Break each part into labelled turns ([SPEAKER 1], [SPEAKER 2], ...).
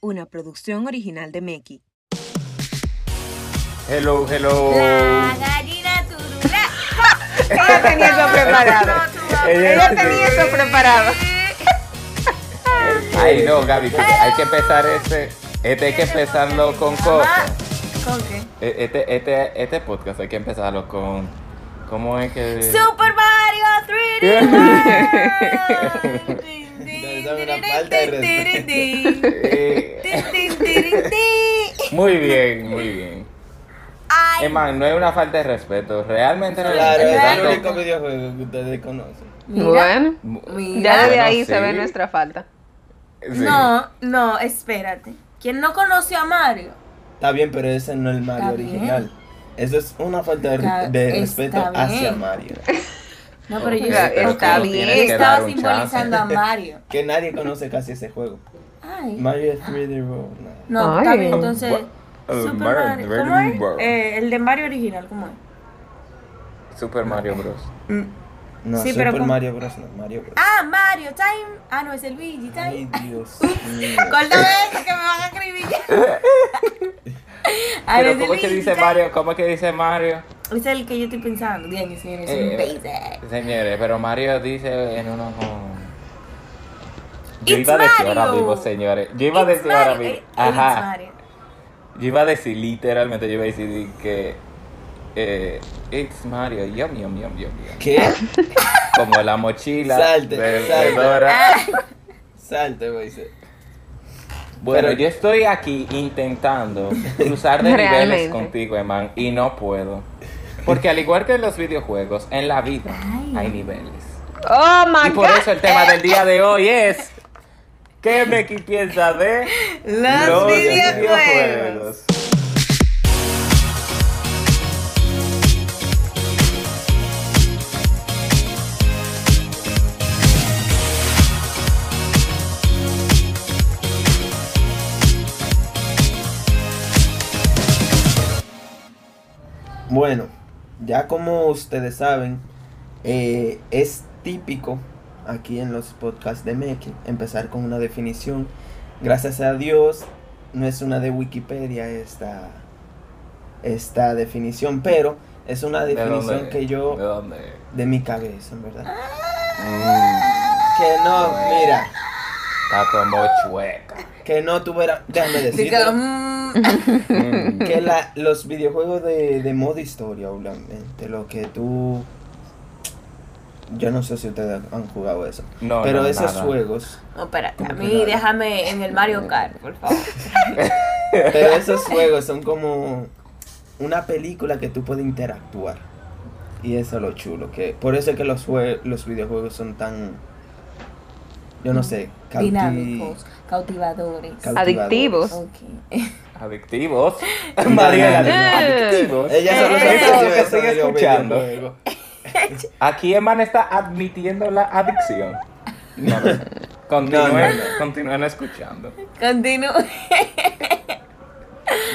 [SPEAKER 1] una producción original de Meki.
[SPEAKER 2] Hello, hello.
[SPEAKER 3] La gallina turula.
[SPEAKER 1] Ella tenía eso preparado. Ella tenía eso preparado.
[SPEAKER 2] Ay, no, Gaby, que hay que empezar este. Este hay que empezarlo con cosas.
[SPEAKER 3] ¿Con qué?
[SPEAKER 2] E- Este, este, este podcast hay que empezarlo con. ¿Cómo es que.?
[SPEAKER 3] Super Mario 3D World. Din, din,
[SPEAKER 4] Dame una
[SPEAKER 3] din,
[SPEAKER 4] falta de
[SPEAKER 3] din,
[SPEAKER 4] respeto.
[SPEAKER 3] din, din.
[SPEAKER 2] Eh,
[SPEAKER 3] Din, din, din, din.
[SPEAKER 2] muy bien, muy bien.
[SPEAKER 3] Ay,
[SPEAKER 2] Emma, no es una falta de respeto. Realmente no es
[SPEAKER 4] Claro, es el
[SPEAKER 2] Exacto.
[SPEAKER 4] único videojuego que ustedes conocen.
[SPEAKER 5] Bueno,
[SPEAKER 2] Bu-
[SPEAKER 5] ya desde
[SPEAKER 2] Bueno,
[SPEAKER 5] ahí se
[SPEAKER 2] sí.
[SPEAKER 5] ve nuestra falta.
[SPEAKER 2] Sí.
[SPEAKER 3] no, no, espérate. ¿Quién no conoció a Mario?
[SPEAKER 4] Está bien, pero ese no es el Mario
[SPEAKER 3] Está bien.
[SPEAKER 4] original. Eso es una falta de,
[SPEAKER 3] Está-
[SPEAKER 4] de
[SPEAKER 3] está
[SPEAKER 4] respeto
[SPEAKER 3] bien.
[SPEAKER 4] hacia Mario.
[SPEAKER 3] No, pero yo
[SPEAKER 2] Ok,
[SPEAKER 5] Está
[SPEAKER 2] pero tú
[SPEAKER 5] bien,
[SPEAKER 2] tienes que dar
[SPEAKER 3] estaba
[SPEAKER 2] un
[SPEAKER 3] simbolizando a
[SPEAKER 2] chance.
[SPEAKER 3] Mario.
[SPEAKER 4] Que nadie conoce casi ese juego.
[SPEAKER 3] Ay.
[SPEAKER 4] Mario 3D World. no.
[SPEAKER 3] No,
[SPEAKER 5] Ay.
[SPEAKER 3] está bien, entonces.
[SPEAKER 2] Bu- eh,
[SPEAKER 3] Super
[SPEAKER 2] Mario,
[SPEAKER 3] Mario.
[SPEAKER 2] Mario
[SPEAKER 3] ¿Cómo es?
[SPEAKER 2] World.
[SPEAKER 3] Eh, el de Mario original, ¿cómo es?
[SPEAKER 2] Super Mario Bros.
[SPEAKER 4] No,
[SPEAKER 3] Sí, pero
[SPEAKER 4] Super
[SPEAKER 3] ¿cómo?
[SPEAKER 4] Mario Bros. No, Mario Bros.
[SPEAKER 3] Ah, Mario Time. Ah, no, es el Luigi
[SPEAKER 4] Ay,
[SPEAKER 3] Time.
[SPEAKER 4] Dios mío.
[SPEAKER 3] Córtame eso que me van a escribir ya. Ah, no,
[SPEAKER 2] Pero
[SPEAKER 3] el
[SPEAKER 2] ¿cómo es que
[SPEAKER 3] Luigi
[SPEAKER 2] dice
[SPEAKER 3] Time.
[SPEAKER 2] Mario? ¿Cómo es que dice Mario?
[SPEAKER 3] Es el que yo estoy pensando. Diane, señores, es
[SPEAKER 2] Eh,
[SPEAKER 3] un basic.
[SPEAKER 2] Señores, pero Mario dice en uno Yo
[SPEAKER 3] It's
[SPEAKER 2] iba a decir ahora
[SPEAKER 3] Mario.
[SPEAKER 2] mismo, señores. Yo iba a
[SPEAKER 3] It's
[SPEAKER 2] decir ahora
[SPEAKER 3] Mario, eh,
[SPEAKER 2] mismo.
[SPEAKER 3] it's
[SPEAKER 2] Ajá.
[SPEAKER 3] Mario.
[SPEAKER 2] Yo iba a decir literalmente, yo iba a decir que. eh, it's Mario, yum, yum, yum, yum, yum.
[SPEAKER 4] ¿Qué?
[SPEAKER 2] Como la mochila
[SPEAKER 4] Salte,
[SPEAKER 2] de, de
[SPEAKER 4] salte.
[SPEAKER 2] Dora.
[SPEAKER 3] Ah.
[SPEAKER 4] Salte, Moisés.
[SPEAKER 2] Bueno,
[SPEAKER 4] Pero-
[SPEAKER 2] yo estoy aquí intentando cruzar de niveles
[SPEAKER 5] Realmente.
[SPEAKER 2] contigo, Eman, y no puedo. Porque al igual que en los videojuegos, en la vida hay niveles.
[SPEAKER 5] Oh my
[SPEAKER 2] Y por
[SPEAKER 5] god.
[SPEAKER 2] eso el tema del día de hoy es ¿Qué Becky piensa de
[SPEAKER 3] Los videojuegos.
[SPEAKER 4] Bueno, ya como ustedes saben, eh, es típico aquí en los podcasts de Meki empezar con una definición. Gracias a Dios, no es una de Wikipedia esta, esta definición, pero es una
[SPEAKER 2] ¿De dónde?
[SPEAKER 4] definición que yo...
[SPEAKER 2] ¿De dónde?
[SPEAKER 4] De mi cabeza, en verdad.
[SPEAKER 2] Mm,
[SPEAKER 4] Que no,
[SPEAKER 2] bueno.
[SPEAKER 4] mira,
[SPEAKER 2] está como chueca.
[SPEAKER 4] que no tuviera... Déjame
[SPEAKER 3] Así
[SPEAKER 4] decirte.
[SPEAKER 3] que, mm,
[SPEAKER 2] Mm,
[SPEAKER 4] que la- los videojuegos de, de modo historia, obviamente, lo que tú... Yo no sé si ustedes han jugado eso.
[SPEAKER 2] No,
[SPEAKER 4] pero
[SPEAKER 2] no,
[SPEAKER 4] esos
[SPEAKER 2] nada.
[SPEAKER 4] juegos,
[SPEAKER 3] No, espérate, a mí déjame en el Mario Kart, por favor.
[SPEAKER 4] pero esos juegos son como una película que tú puedes interactuar. Y eso es lo chulo, que por eso es que los, jue- los videojuegos son tan, yo no sé, cauti-
[SPEAKER 3] Dinámicos, cautivadores.
[SPEAKER 4] cautivadores.
[SPEAKER 5] Adictivos.
[SPEAKER 3] Ok.
[SPEAKER 2] Adictivos.
[SPEAKER 4] Nada.
[SPEAKER 2] Mariela,
[SPEAKER 5] Eh.
[SPEAKER 2] adictivos.
[SPEAKER 4] Ella solo
[SPEAKER 2] Eso
[SPEAKER 4] se
[SPEAKER 2] es lo que
[SPEAKER 4] entendió eso
[SPEAKER 2] estoy
[SPEAKER 4] de los
[SPEAKER 2] escuchando.
[SPEAKER 4] videojuegos.
[SPEAKER 2] Aquí Eman está admitiendo la adicción. No, no. Continúen,
[SPEAKER 4] No, no.
[SPEAKER 2] continúen escuchando.
[SPEAKER 3] Continúe.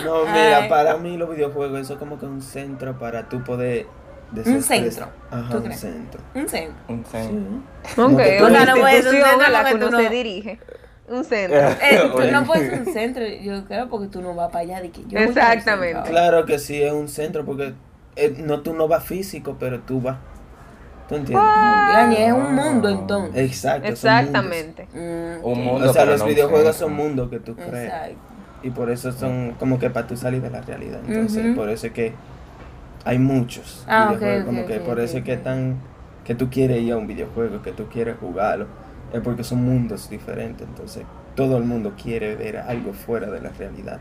[SPEAKER 4] No, mira,
[SPEAKER 3] Ay.
[SPEAKER 4] para mí los videojuegos eso es como que un centro para tú poder
[SPEAKER 3] centro, ¿tú
[SPEAKER 4] Ajá, un
[SPEAKER 3] crees?
[SPEAKER 4] centro.
[SPEAKER 3] Un centro.
[SPEAKER 2] Un
[SPEAKER 4] Sí.
[SPEAKER 2] sen-
[SPEAKER 5] Ok,
[SPEAKER 4] te
[SPEAKER 5] una
[SPEAKER 3] puedes- no puedes un
[SPEAKER 5] institución
[SPEAKER 3] centro
[SPEAKER 5] a la que
[SPEAKER 3] porque tú
[SPEAKER 5] uno
[SPEAKER 3] no-
[SPEAKER 5] se dirige. Un centro.
[SPEAKER 3] Eh, tú
[SPEAKER 2] Bueno.
[SPEAKER 3] no puedes ir a un centro, yo creo, porque tú no vas para allá. De que yo voy para un
[SPEAKER 5] Exactamente.
[SPEAKER 3] centro ahora.
[SPEAKER 4] Claro que sí es un centro porque eh, no tú no vas físico, pero tú vas. ¿Tú entiendes?
[SPEAKER 3] Diañe, es un mundo entonces.
[SPEAKER 4] Exacto. son
[SPEAKER 5] Exactamente.
[SPEAKER 3] Mm, eh,
[SPEAKER 2] Un
[SPEAKER 4] mundos.
[SPEAKER 2] mundo.
[SPEAKER 4] O sea,
[SPEAKER 2] pero
[SPEAKER 4] los
[SPEAKER 2] no un
[SPEAKER 4] videojuegos
[SPEAKER 2] centro.
[SPEAKER 4] son mundos que tú crees
[SPEAKER 3] Exacto.
[SPEAKER 4] y por eso son como que para tú salir de la realidad. Entonces,
[SPEAKER 3] Ujú.
[SPEAKER 4] por eso es que hay muchos
[SPEAKER 3] Ah, ok,
[SPEAKER 4] videojuegos,
[SPEAKER 3] ok,
[SPEAKER 4] como que
[SPEAKER 3] ok,
[SPEAKER 4] por
[SPEAKER 3] ok,
[SPEAKER 4] eso es que
[SPEAKER 3] ok.
[SPEAKER 4] tan que tú quieres ir a un videojuego, que tú quieres jugarlo, es porque son mundos diferentes, entonces todo el mundo quiere ver algo fuera de la realidad.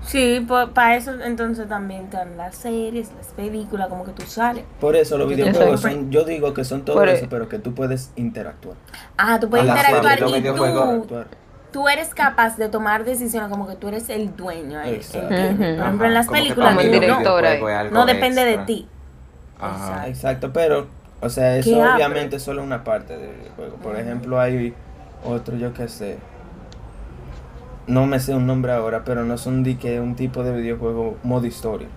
[SPEAKER 3] Sí, para eso entonces también están las series, las películas, como que tú sales.
[SPEAKER 4] Por eso los
[SPEAKER 3] Yo
[SPEAKER 4] videojuegos
[SPEAKER 3] también.
[SPEAKER 4] son, yo digo que son todo
[SPEAKER 5] Por-
[SPEAKER 3] e
[SPEAKER 4] eso, pero que tú puedes interactuar.
[SPEAKER 3] Ah, tú puedes
[SPEAKER 2] Ah, sí,
[SPEAKER 3] interactuar
[SPEAKER 2] los
[SPEAKER 3] y
[SPEAKER 2] videojuegos.
[SPEAKER 3] tú, tú eres capaz de tomar decisiones, como que tú eres el dueño. ahí,
[SPEAKER 4] Exacto.
[SPEAKER 3] ¿entiendes? Por
[SPEAKER 5] Ujú.
[SPEAKER 3] ejemplo, en las
[SPEAKER 2] Ajá, como que
[SPEAKER 3] películas
[SPEAKER 5] como el
[SPEAKER 3] tú
[SPEAKER 2] también
[SPEAKER 5] director.
[SPEAKER 3] no,
[SPEAKER 2] videojuego
[SPEAKER 5] ahí.
[SPEAKER 2] es pues, algo
[SPEAKER 3] no depende de
[SPEAKER 2] extra.
[SPEAKER 3] ti.
[SPEAKER 2] Ajá.
[SPEAKER 3] Exacto.
[SPEAKER 4] Exacto, pero, o sea, eso
[SPEAKER 3] ¿Qué abre?
[SPEAKER 4] obviamente es solo una parte del juego. Por ejemplo, hay otro, yo que sé, no me sé un nombre ahora, pero no son de que un tipo de videojuego modo historia.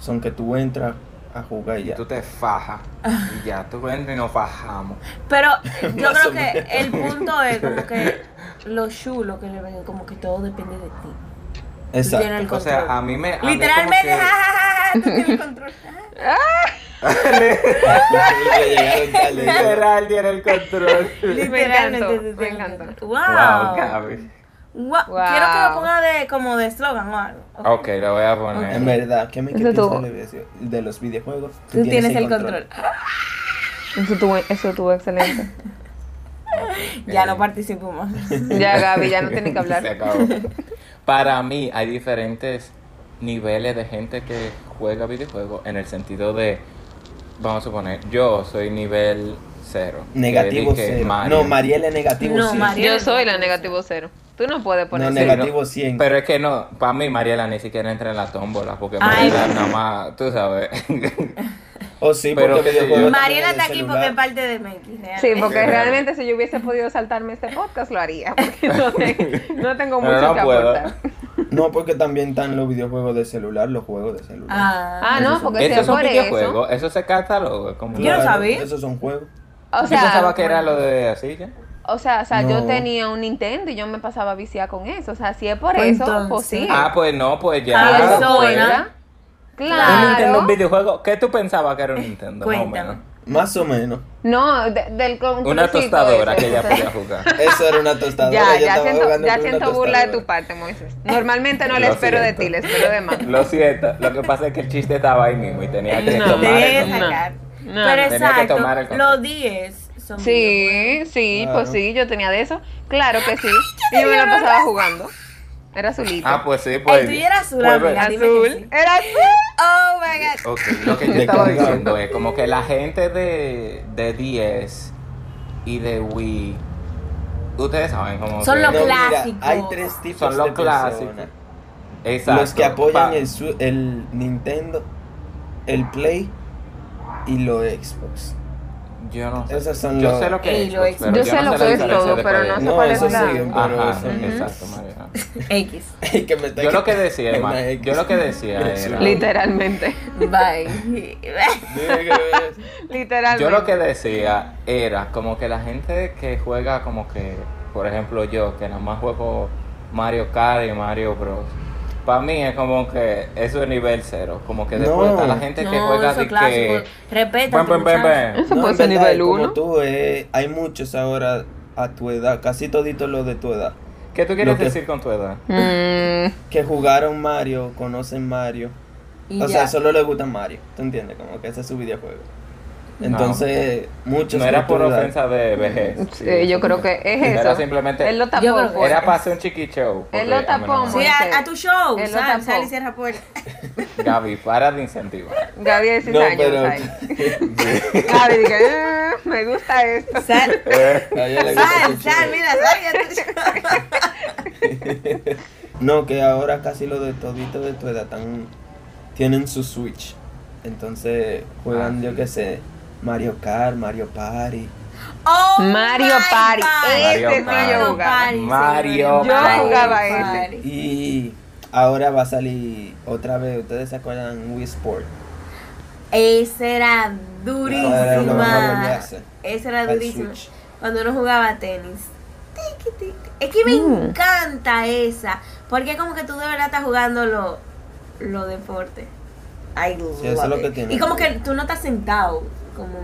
[SPEAKER 4] Son que tú entras a jugar y
[SPEAKER 2] Y
[SPEAKER 4] ya.
[SPEAKER 2] tú te fajas. Y ya, tú entras y nos fajamos.
[SPEAKER 3] Pero eh, yo
[SPEAKER 4] Más
[SPEAKER 3] creo
[SPEAKER 4] o
[SPEAKER 3] que
[SPEAKER 4] menos.
[SPEAKER 3] el punto es como que lo chulo que le ven, como que todo depende de ti. Tú tienes el
[SPEAKER 4] Exacto.
[SPEAKER 2] O
[SPEAKER 3] control.
[SPEAKER 2] sea, a mí me. a mí como
[SPEAKER 3] Literalmente,
[SPEAKER 2] que-
[SPEAKER 3] ja, ja, ja, ja, tú tienes el control.
[SPEAKER 2] Literal tiene el control.
[SPEAKER 3] Literalmente,
[SPEAKER 5] encantó,
[SPEAKER 3] tú tienes
[SPEAKER 5] me
[SPEAKER 3] el
[SPEAKER 5] encantó.
[SPEAKER 3] control.
[SPEAKER 2] wow,
[SPEAKER 3] Wow.
[SPEAKER 2] Gaby.
[SPEAKER 3] Gua-
[SPEAKER 5] Wow.
[SPEAKER 3] Quiero que lo ponga de, como de eslogan o algo.
[SPEAKER 2] Ah, Ok, lo voy a
[SPEAKER 4] En
[SPEAKER 2] poner.
[SPEAKER 4] verdad, ¿qué me qué
[SPEAKER 5] Eso
[SPEAKER 4] piensas
[SPEAKER 5] tú.
[SPEAKER 4] de los video- de los videojuegos?
[SPEAKER 3] Tú tienes el control.
[SPEAKER 5] Eso estuvo, eso estuvo excelente.
[SPEAKER 3] Ya
[SPEAKER 2] Eh.
[SPEAKER 3] no participo más.
[SPEAKER 5] Ya, Gaby, ya no tiene que
[SPEAKER 2] Se
[SPEAKER 5] hablar.
[SPEAKER 2] acabó. Para mí hay diferentes niveles de gente que juega videojuegos en el sentido de, vamos a suponer, yo soy nivel cero. que
[SPEAKER 4] Negativo
[SPEAKER 2] dije
[SPEAKER 4] 100.
[SPEAKER 2] Mario.
[SPEAKER 4] No, Mariel es negativo
[SPEAKER 3] No,
[SPEAKER 4] 100.
[SPEAKER 3] Mariel.
[SPEAKER 5] Yo soy la negativo cero. Tú no puedes
[SPEAKER 4] No,
[SPEAKER 5] poner cero.
[SPEAKER 4] negativo 100.
[SPEAKER 2] Pero es que no, para mí Mariela ni siquiera entra en la tómbola, porque
[SPEAKER 3] Ay.
[SPEAKER 2] Mariela nada más, tú sabes.
[SPEAKER 4] O Oh, sí,
[SPEAKER 2] Pero
[SPEAKER 4] porque
[SPEAKER 2] qué sé yo.
[SPEAKER 4] videojuegos.
[SPEAKER 3] Mariela
[SPEAKER 4] también
[SPEAKER 3] está
[SPEAKER 4] es
[SPEAKER 3] aquí porque
[SPEAKER 4] celular.
[SPEAKER 3] es parte de Menki.
[SPEAKER 5] Sí, porque
[SPEAKER 2] Sí.
[SPEAKER 5] realmente si yo hubiese podido saltarme este podcast lo haría, porque no, te- no tengo
[SPEAKER 2] Pero
[SPEAKER 5] mucho
[SPEAKER 2] no
[SPEAKER 5] que
[SPEAKER 2] puedo.
[SPEAKER 5] aportar.
[SPEAKER 4] No, porque también están los videojuegos de celular, los juegos de celular.
[SPEAKER 3] Ah,
[SPEAKER 5] Ah, no, porque si
[SPEAKER 2] Eso
[SPEAKER 5] es
[SPEAKER 2] es un
[SPEAKER 5] por eso.
[SPEAKER 2] videojuego, eso se cataloga como...
[SPEAKER 3] Yo no sabía.
[SPEAKER 4] Esos son juegos.
[SPEAKER 5] O
[SPEAKER 2] Yo
[SPEAKER 5] sea,
[SPEAKER 2] pensaba que era lo de así ya.
[SPEAKER 5] o sea, o sea, yo
[SPEAKER 4] No.
[SPEAKER 5] tenía un Nintendo y yo me pasaba viciada con eso. O sea, si es por
[SPEAKER 3] Pues
[SPEAKER 5] eso,
[SPEAKER 3] entonces.
[SPEAKER 5] pues sí.
[SPEAKER 2] Ah, pues no, pues
[SPEAKER 5] Si
[SPEAKER 2] ya.
[SPEAKER 5] es
[SPEAKER 3] Persona.
[SPEAKER 5] por
[SPEAKER 2] pues.
[SPEAKER 5] esa,
[SPEAKER 2] Un Nintendo, un
[SPEAKER 5] Ah, Claro.
[SPEAKER 2] videojuego. ¿Qué tú pensabas que era un Nintendo? más o
[SPEAKER 3] Cuéntame.
[SPEAKER 2] menos?
[SPEAKER 4] Más o menos.
[SPEAKER 5] No, de- del controlcito
[SPEAKER 2] Una tostadora
[SPEAKER 5] ese,
[SPEAKER 2] que ella
[SPEAKER 5] o sea,
[SPEAKER 2] podía jugar.
[SPEAKER 4] Eso era una tostadora.
[SPEAKER 5] Ya,
[SPEAKER 4] yo
[SPEAKER 5] ya
[SPEAKER 4] estaba
[SPEAKER 5] siento,
[SPEAKER 4] jugando
[SPEAKER 5] ya
[SPEAKER 4] con una
[SPEAKER 5] siento burla de tu
[SPEAKER 4] tostadora.
[SPEAKER 5] parte, Moisés. Normalmente no
[SPEAKER 2] Lo
[SPEAKER 5] le espero de
[SPEAKER 2] siento.
[SPEAKER 5] ti, le espero de más.
[SPEAKER 2] Lo siento, lo que pasa es que el chiste estaba ahí mismo y tenía que
[SPEAKER 5] No.
[SPEAKER 2] tomar Ah,
[SPEAKER 3] Tenía
[SPEAKER 2] el
[SPEAKER 3] que
[SPEAKER 5] no.
[SPEAKER 2] control.
[SPEAKER 3] sacar.
[SPEAKER 5] No,
[SPEAKER 3] Pero
[SPEAKER 5] no.
[SPEAKER 2] Tenía que tomar el
[SPEAKER 3] exacto,
[SPEAKER 2] control.
[SPEAKER 3] los 10 son
[SPEAKER 5] Sí, sí,
[SPEAKER 4] Claro.
[SPEAKER 5] pues sí, yo tenía de eso. Claro que sí. Y yo me la pasaba jugando. Era azulito.
[SPEAKER 2] Ah, pues sí, pues.
[SPEAKER 3] El tuyo era azul,
[SPEAKER 2] pues,
[SPEAKER 3] amiga. dime que sí.
[SPEAKER 5] azul. Era azul.
[SPEAKER 3] Oh my god.
[SPEAKER 2] Ok, lo que yo
[SPEAKER 4] De
[SPEAKER 2] estaba
[SPEAKER 4] colgado.
[SPEAKER 2] diciendo es como que la gente de, de 10 y de Wii, ustedes saben cómo
[SPEAKER 3] Son los
[SPEAKER 4] No,
[SPEAKER 2] que,
[SPEAKER 4] mira,
[SPEAKER 3] clásicos.
[SPEAKER 4] hay tres tipos
[SPEAKER 2] Son los
[SPEAKER 4] de personas.
[SPEAKER 2] clásicos. Exacto,
[SPEAKER 4] Los que apoyan
[SPEAKER 2] pa-
[SPEAKER 4] el, su- el Nintendo, el Play y los Xbox.
[SPEAKER 2] Yo no sé.
[SPEAKER 4] Esos son
[SPEAKER 2] Yo
[SPEAKER 4] los-
[SPEAKER 2] sé lo que
[SPEAKER 3] Ey,
[SPEAKER 2] es
[SPEAKER 3] lo
[SPEAKER 2] Xbox,
[SPEAKER 3] ex-
[SPEAKER 2] pero
[SPEAKER 5] Yo sé
[SPEAKER 2] no
[SPEAKER 5] lo
[SPEAKER 2] la
[SPEAKER 5] que es
[SPEAKER 2] diferencia
[SPEAKER 5] todo,
[SPEAKER 2] de
[SPEAKER 5] pero
[SPEAKER 2] cuál
[SPEAKER 5] no sé
[SPEAKER 2] es.
[SPEAKER 5] cuál
[SPEAKER 4] No,
[SPEAKER 5] es
[SPEAKER 4] eso
[SPEAKER 5] la-
[SPEAKER 4] sí, pero
[SPEAKER 2] Ajá,
[SPEAKER 4] eso no.
[SPEAKER 2] exacto, Mariana.
[SPEAKER 3] X.
[SPEAKER 4] que me está
[SPEAKER 2] Yo lo que
[SPEAKER 4] quitando
[SPEAKER 2] decía,
[SPEAKER 4] una
[SPEAKER 2] hermano,
[SPEAKER 4] X.
[SPEAKER 2] yo lo que decía
[SPEAKER 4] Una X.
[SPEAKER 2] era-
[SPEAKER 5] Literalmente.
[SPEAKER 3] Bye.
[SPEAKER 5] Literalmente.
[SPEAKER 2] Yo lo que decía era como que la gente que juega como que, por ejemplo yo, que nada más juego Mario Kart y Mario Bros. Para mí es como que eso es nivel cero. Como que después
[SPEAKER 4] No.
[SPEAKER 2] está la gente que
[SPEAKER 3] No,
[SPEAKER 2] juega
[SPEAKER 3] eso
[SPEAKER 2] de
[SPEAKER 3] es clásico.
[SPEAKER 2] que...
[SPEAKER 3] Respeta.
[SPEAKER 2] Bam, bam, bam, bam.
[SPEAKER 5] Eso
[SPEAKER 4] No,
[SPEAKER 5] puede
[SPEAKER 4] en
[SPEAKER 5] ser
[SPEAKER 4] verdad,
[SPEAKER 5] nivel
[SPEAKER 4] como
[SPEAKER 5] uno.
[SPEAKER 4] tú, eh, hay muchos ahora a tu edad, casi toditos los de tu edad,
[SPEAKER 2] ¿Qué tú quieres
[SPEAKER 4] Lo que-
[SPEAKER 2] decir con tu edad?
[SPEAKER 5] Mm,
[SPEAKER 4] que jugaron Mario, conocen Mario.
[SPEAKER 3] Y
[SPEAKER 4] o
[SPEAKER 3] ya.
[SPEAKER 4] sea, solo le gusta Mario, ¿tú entiendes? Como que ese es su videojuego. Entonces, muchos
[SPEAKER 2] No era por
[SPEAKER 4] de tu edad-
[SPEAKER 2] ofensa de vejez.
[SPEAKER 5] sí, eh,
[SPEAKER 2] sí, eso
[SPEAKER 5] yo creo que es
[SPEAKER 2] Era
[SPEAKER 5] eso.
[SPEAKER 2] simplemente...
[SPEAKER 5] Él lo tapó.
[SPEAKER 3] Yo creo que-
[SPEAKER 5] pues.
[SPEAKER 2] Era para hacer un chiqui show.
[SPEAKER 5] Él lo
[SPEAKER 2] porque a mí no
[SPEAKER 5] tapó,
[SPEAKER 2] me-
[SPEAKER 3] Sí, a, a tu show.
[SPEAKER 5] Él lo
[SPEAKER 3] Sal,
[SPEAKER 5] tapó.
[SPEAKER 3] sal y cierra puerta.
[SPEAKER 2] Gaby, para de incentivar.
[SPEAKER 5] Gaby de 16
[SPEAKER 4] No,
[SPEAKER 5] años.
[SPEAKER 4] pero-
[SPEAKER 5] ahí. Gaby dije, "Ah, me gusta esto.
[SPEAKER 3] Sal,
[SPEAKER 4] A ella le gusta
[SPEAKER 3] sal,
[SPEAKER 4] tu
[SPEAKER 3] sal,
[SPEAKER 4] show.
[SPEAKER 3] mira, sal y a tu show.
[SPEAKER 4] No, que ahora casi los de toditos de tu edad están- tienen su Switch. Entonces, juegan,
[SPEAKER 2] Ah,
[SPEAKER 4] yo
[SPEAKER 2] sí.
[SPEAKER 4] qué sé, Mario Kart, Mario Party.
[SPEAKER 3] Oh
[SPEAKER 5] Mario
[SPEAKER 3] my
[SPEAKER 5] Party.
[SPEAKER 3] God.
[SPEAKER 2] Mario
[SPEAKER 5] Ese sí yo
[SPEAKER 2] Party.
[SPEAKER 5] jugaba.
[SPEAKER 3] señores,
[SPEAKER 2] Mario
[SPEAKER 5] Yo
[SPEAKER 3] Mario
[SPEAKER 5] jugaba
[SPEAKER 3] Party.
[SPEAKER 4] Y ahora va a salir otra vez, ¿ustedes se acuerdan? Wii Sport.
[SPEAKER 3] Esa era
[SPEAKER 4] Ahora lo van a volver a
[SPEAKER 3] durísima.
[SPEAKER 4] hacer.
[SPEAKER 3] Esa era
[SPEAKER 4] Al
[SPEAKER 3] durísima.
[SPEAKER 4] Switch.
[SPEAKER 3] Cuando uno jugaba tenis. Tiki, tiki. Es que me
[SPEAKER 5] Mm.
[SPEAKER 3] encanta esa. Porque como que tú de verdad estás jugando lo, lo deporte. Ay,
[SPEAKER 4] Sí, eso es lo que tiene.
[SPEAKER 3] Y como que tú no estás sentado. Como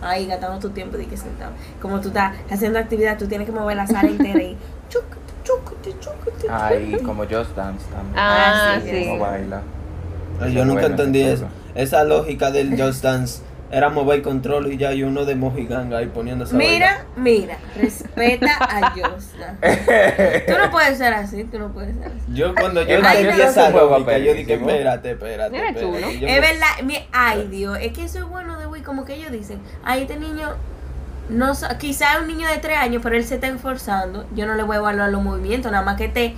[SPEAKER 3] ahí gastando tu tiempo de que sentado. Como tú estás haciendo actividad, tú tienes que mover la sala entera y chuc, chuc, chuc, chuc, chuc.
[SPEAKER 2] Ay, como Just Dance también.
[SPEAKER 5] Ah,
[SPEAKER 3] Ah, sí,
[SPEAKER 5] sí.
[SPEAKER 4] Oh,
[SPEAKER 2] Como baila.
[SPEAKER 4] Yo
[SPEAKER 2] Eso
[SPEAKER 4] nunca
[SPEAKER 2] fue
[SPEAKER 4] entendí
[SPEAKER 2] en
[SPEAKER 4] eso.
[SPEAKER 2] esa
[SPEAKER 4] Esa lógica del Just Dance era mover control y ya hay uno de Mojiganga ahí poniéndose a bailar.
[SPEAKER 3] Mira, mira, respeta a Josna. Tú no puedes ser así, tú no puedes ser así.
[SPEAKER 4] Yo cuando yo
[SPEAKER 2] Es más, yo
[SPEAKER 4] entendí
[SPEAKER 2] creo que
[SPEAKER 4] esa
[SPEAKER 2] un juego
[SPEAKER 4] lógica, yo dije,
[SPEAKER 2] aperísimo.
[SPEAKER 4] espérate, espérate.
[SPEAKER 5] Era
[SPEAKER 4] espérate".
[SPEAKER 5] chulo.
[SPEAKER 4] Yo-
[SPEAKER 3] Es verdad, mi- ay Dios, es que eso es bueno de Wii, como que ellos dicen, ay este niño, no sa- quizá es un niño de tres años, pero él se está esforzando, yo no le voy a evaluar los movimientos, nada más que esté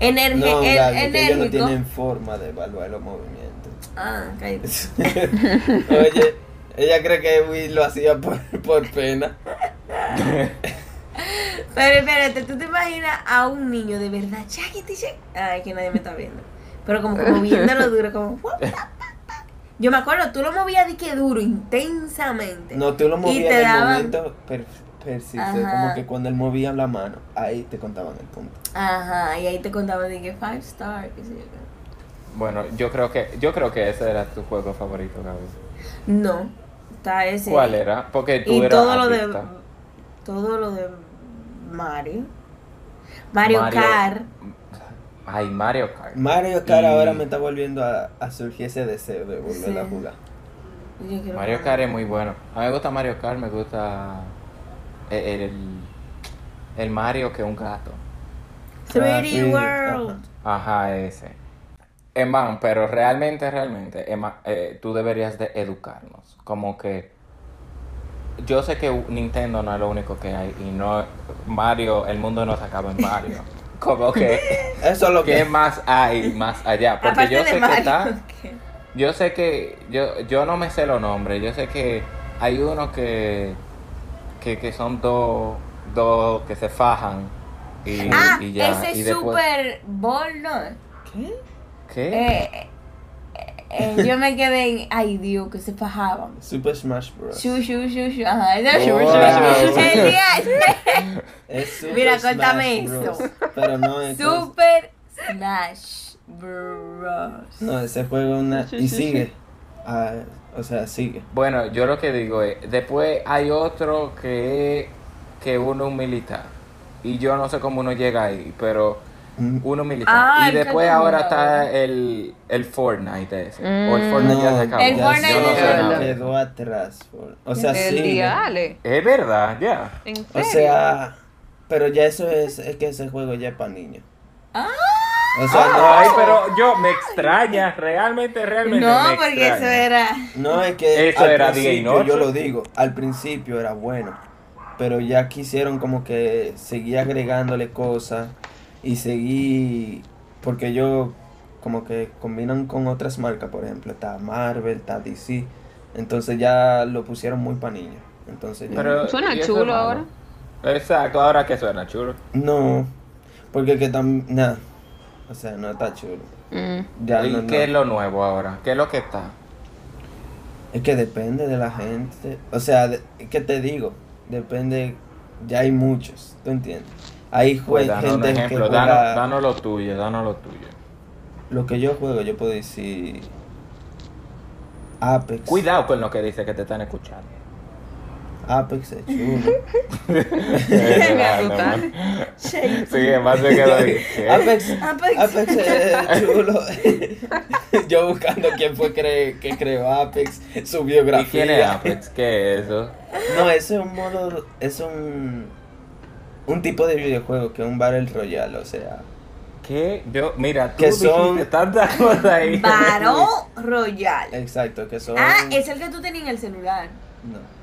[SPEAKER 3] energe-
[SPEAKER 4] No,
[SPEAKER 3] en-
[SPEAKER 4] Gaby, que ellos no
[SPEAKER 3] enérgico.
[SPEAKER 4] tienen forma de evaluar los movimientos.
[SPEAKER 3] Ah, cállate.
[SPEAKER 4] Oye, ella cree que Will lo hacía por, por pena.
[SPEAKER 3] Pero espérate, tú te imaginas a un niño de verdad, chaquete, ay que nadie me está viendo, pero como que moviéndolo duro, como... "What the fuck?" Yo me acuerdo, tú lo movías de que duro, intensamente.
[SPEAKER 4] No, tú lo
[SPEAKER 3] Y te
[SPEAKER 4] movías en el
[SPEAKER 3] daban-
[SPEAKER 4] momento per- ejercicio,
[SPEAKER 3] Ajá.
[SPEAKER 4] como que cuando él movía la mano, ahí te contaban el punto.
[SPEAKER 3] Ajá, y ahí te contaba de que five star, qué sé yo. qué.
[SPEAKER 2] Bueno, yo creo que yo creo que ese era tu juego favorito, Gaby.
[SPEAKER 3] No, está ese.
[SPEAKER 2] ¿Cuál era? Porque tú
[SPEAKER 3] Y
[SPEAKER 2] eras
[SPEAKER 3] todo lo de
[SPEAKER 2] adicta.
[SPEAKER 3] todo lo de Mario. Mario, Kart.
[SPEAKER 2] Ay, Mario Kart.
[SPEAKER 4] Mario Kart
[SPEAKER 2] Y-
[SPEAKER 4] ahora me está volviendo a, a surgir ese deseo de volver a
[SPEAKER 3] Sí.
[SPEAKER 4] jugar.
[SPEAKER 3] Yo quiero
[SPEAKER 2] Mario Kart es muy bueno. A mí me gusta Mario Kart, me gusta el, el- el Mario que es un gato.
[SPEAKER 3] 3D
[SPEAKER 4] Ah, sí,
[SPEAKER 3] World.
[SPEAKER 2] Ajá, ese. Eman, pero realmente, realmente, Emma, eh, tú deberías de educarnos. Como que yo sé que Nintendo no es lo único que hay y no Mario, el mundo no se acaba en Mario. Como que
[SPEAKER 4] Eso es lo
[SPEAKER 2] qué
[SPEAKER 4] que
[SPEAKER 2] más hay más allá, porque
[SPEAKER 3] Aparte
[SPEAKER 2] yo
[SPEAKER 3] de
[SPEAKER 2] sé
[SPEAKER 3] Mario.
[SPEAKER 2] que está
[SPEAKER 3] ¿qué?
[SPEAKER 2] Yo sé que yo, yo no me sé los nombres, yo sé que hay unos que, que, que son dos dos que se fajan y,
[SPEAKER 3] Ah,
[SPEAKER 2] y ya.
[SPEAKER 3] ese
[SPEAKER 2] y
[SPEAKER 3] es
[SPEAKER 2] después- ¿Eh?
[SPEAKER 3] Super Bowl, ¿no?
[SPEAKER 2] ¿Qué?
[SPEAKER 3] Eh, eh, eh, yo me quedé en. Ay, Dios, que se fajaban.
[SPEAKER 4] Super Smash Bros.
[SPEAKER 3] Shu, shu, shu, shu. Ajá, ese es shu,
[SPEAKER 2] Wow.
[SPEAKER 3] shu, shu. El día es-
[SPEAKER 4] Es Super
[SPEAKER 3] Mira,
[SPEAKER 4] Smash
[SPEAKER 3] cuéntame
[SPEAKER 4] Bros.
[SPEAKER 3] eso.
[SPEAKER 4] Pero no es
[SPEAKER 3] Super Smash Bros.
[SPEAKER 4] No, ese juego es una...
[SPEAKER 5] Sí,
[SPEAKER 4] Y
[SPEAKER 5] sí,
[SPEAKER 4] sigue. Ah, o sea, sigue.
[SPEAKER 2] Bueno, yo lo que digo es, después hay otro que que uno es un militar. Y yo no sé cómo uno llega ahí, pero
[SPEAKER 4] Mm,
[SPEAKER 2] uno es militar.
[SPEAKER 3] Ah,
[SPEAKER 2] y
[SPEAKER 3] el que
[SPEAKER 2] después
[SPEAKER 3] es
[SPEAKER 2] ahora
[SPEAKER 3] como-
[SPEAKER 2] está el, el Fortnite ese. O el
[SPEAKER 5] Mm.
[SPEAKER 2] Fortnite ya se
[SPEAKER 4] no,
[SPEAKER 2] acabó.
[SPEAKER 3] El
[SPEAKER 2] Yo
[SPEAKER 4] ya
[SPEAKER 3] Fortnite
[SPEAKER 2] no
[SPEAKER 5] ya
[SPEAKER 2] sé
[SPEAKER 5] se
[SPEAKER 2] nada.
[SPEAKER 4] quedó atrás. por- O sea,
[SPEAKER 5] El
[SPEAKER 4] sigue.
[SPEAKER 5] día,
[SPEAKER 3] ah,
[SPEAKER 5] Ale.
[SPEAKER 2] Es verdad, ya.
[SPEAKER 5] ¿En
[SPEAKER 4] O
[SPEAKER 5] serio?
[SPEAKER 4] sea, pero ya eso es, es que ese juego ya es para niños.
[SPEAKER 3] Ah.
[SPEAKER 4] O sea,
[SPEAKER 2] Ah, Ay,
[SPEAKER 4] no,
[SPEAKER 2] pero yo me extraña, realmente, realmente.
[SPEAKER 3] No,
[SPEAKER 2] me
[SPEAKER 3] porque eso
[SPEAKER 2] extraña.
[SPEAKER 3] era.
[SPEAKER 4] no es que
[SPEAKER 2] Eso
[SPEAKER 4] al
[SPEAKER 2] era día y
[SPEAKER 4] principio,
[SPEAKER 2] noche.
[SPEAKER 4] yo lo digo, al principio era bueno, pero ya quisieron como que seguir agregándole cosas y seguir, porque yo como que combinan con otras marcas, por ejemplo, está Marvel, está DC, entonces ya lo pusieron muy para niños. Entonces ya-
[SPEAKER 2] Pero-
[SPEAKER 5] Suena
[SPEAKER 2] y eso
[SPEAKER 5] chulo
[SPEAKER 2] es malo.
[SPEAKER 5] ahora.
[SPEAKER 2] Exacto, ahora que suena chulo.
[SPEAKER 4] no, porque que también, nada, o sea, no está chulo.
[SPEAKER 5] Mm.
[SPEAKER 4] Ya
[SPEAKER 2] ¿Y
[SPEAKER 4] no- no.
[SPEAKER 2] qué es lo nuevo ahora? ¿Qué es lo que está?
[SPEAKER 4] Es que depende de la gente. O sea, de- ¿qué te digo? Depende. Ya hay muchos, ¿tú entiendes? Hay jue-
[SPEAKER 2] Pues, danos un
[SPEAKER 4] gente que
[SPEAKER 2] ejemplo,
[SPEAKER 4] juega.
[SPEAKER 2] danos, danos lo tuyo, danos lo tuyo.
[SPEAKER 4] Lo que yo juego, yo puedo decir. Apex.
[SPEAKER 2] Cuidado con lo que dice que te están escuchando.
[SPEAKER 4] Apex es chulo.
[SPEAKER 2] Eh,
[SPEAKER 5] Me asustaste.
[SPEAKER 2] Sí, más de que lo dije.
[SPEAKER 4] Apex,
[SPEAKER 3] Apex.
[SPEAKER 4] Apex es chulo. yo buscando quién fue cre- que creó Apex, su biografía.
[SPEAKER 2] ¿Y quién es Apex? ¿Qué es eso?
[SPEAKER 4] No, ese es un modo, es un un tipo de videojuego que es un Battle Royale, o sea,
[SPEAKER 2] ¿Qué? Yo, mira, tú
[SPEAKER 4] Que son-
[SPEAKER 2] dijiste tantas cosas ahí.
[SPEAKER 3] Barón Royal.
[SPEAKER 4] exacto, que son
[SPEAKER 3] Ah, es el que tú tenías en el celular.
[SPEAKER 4] no.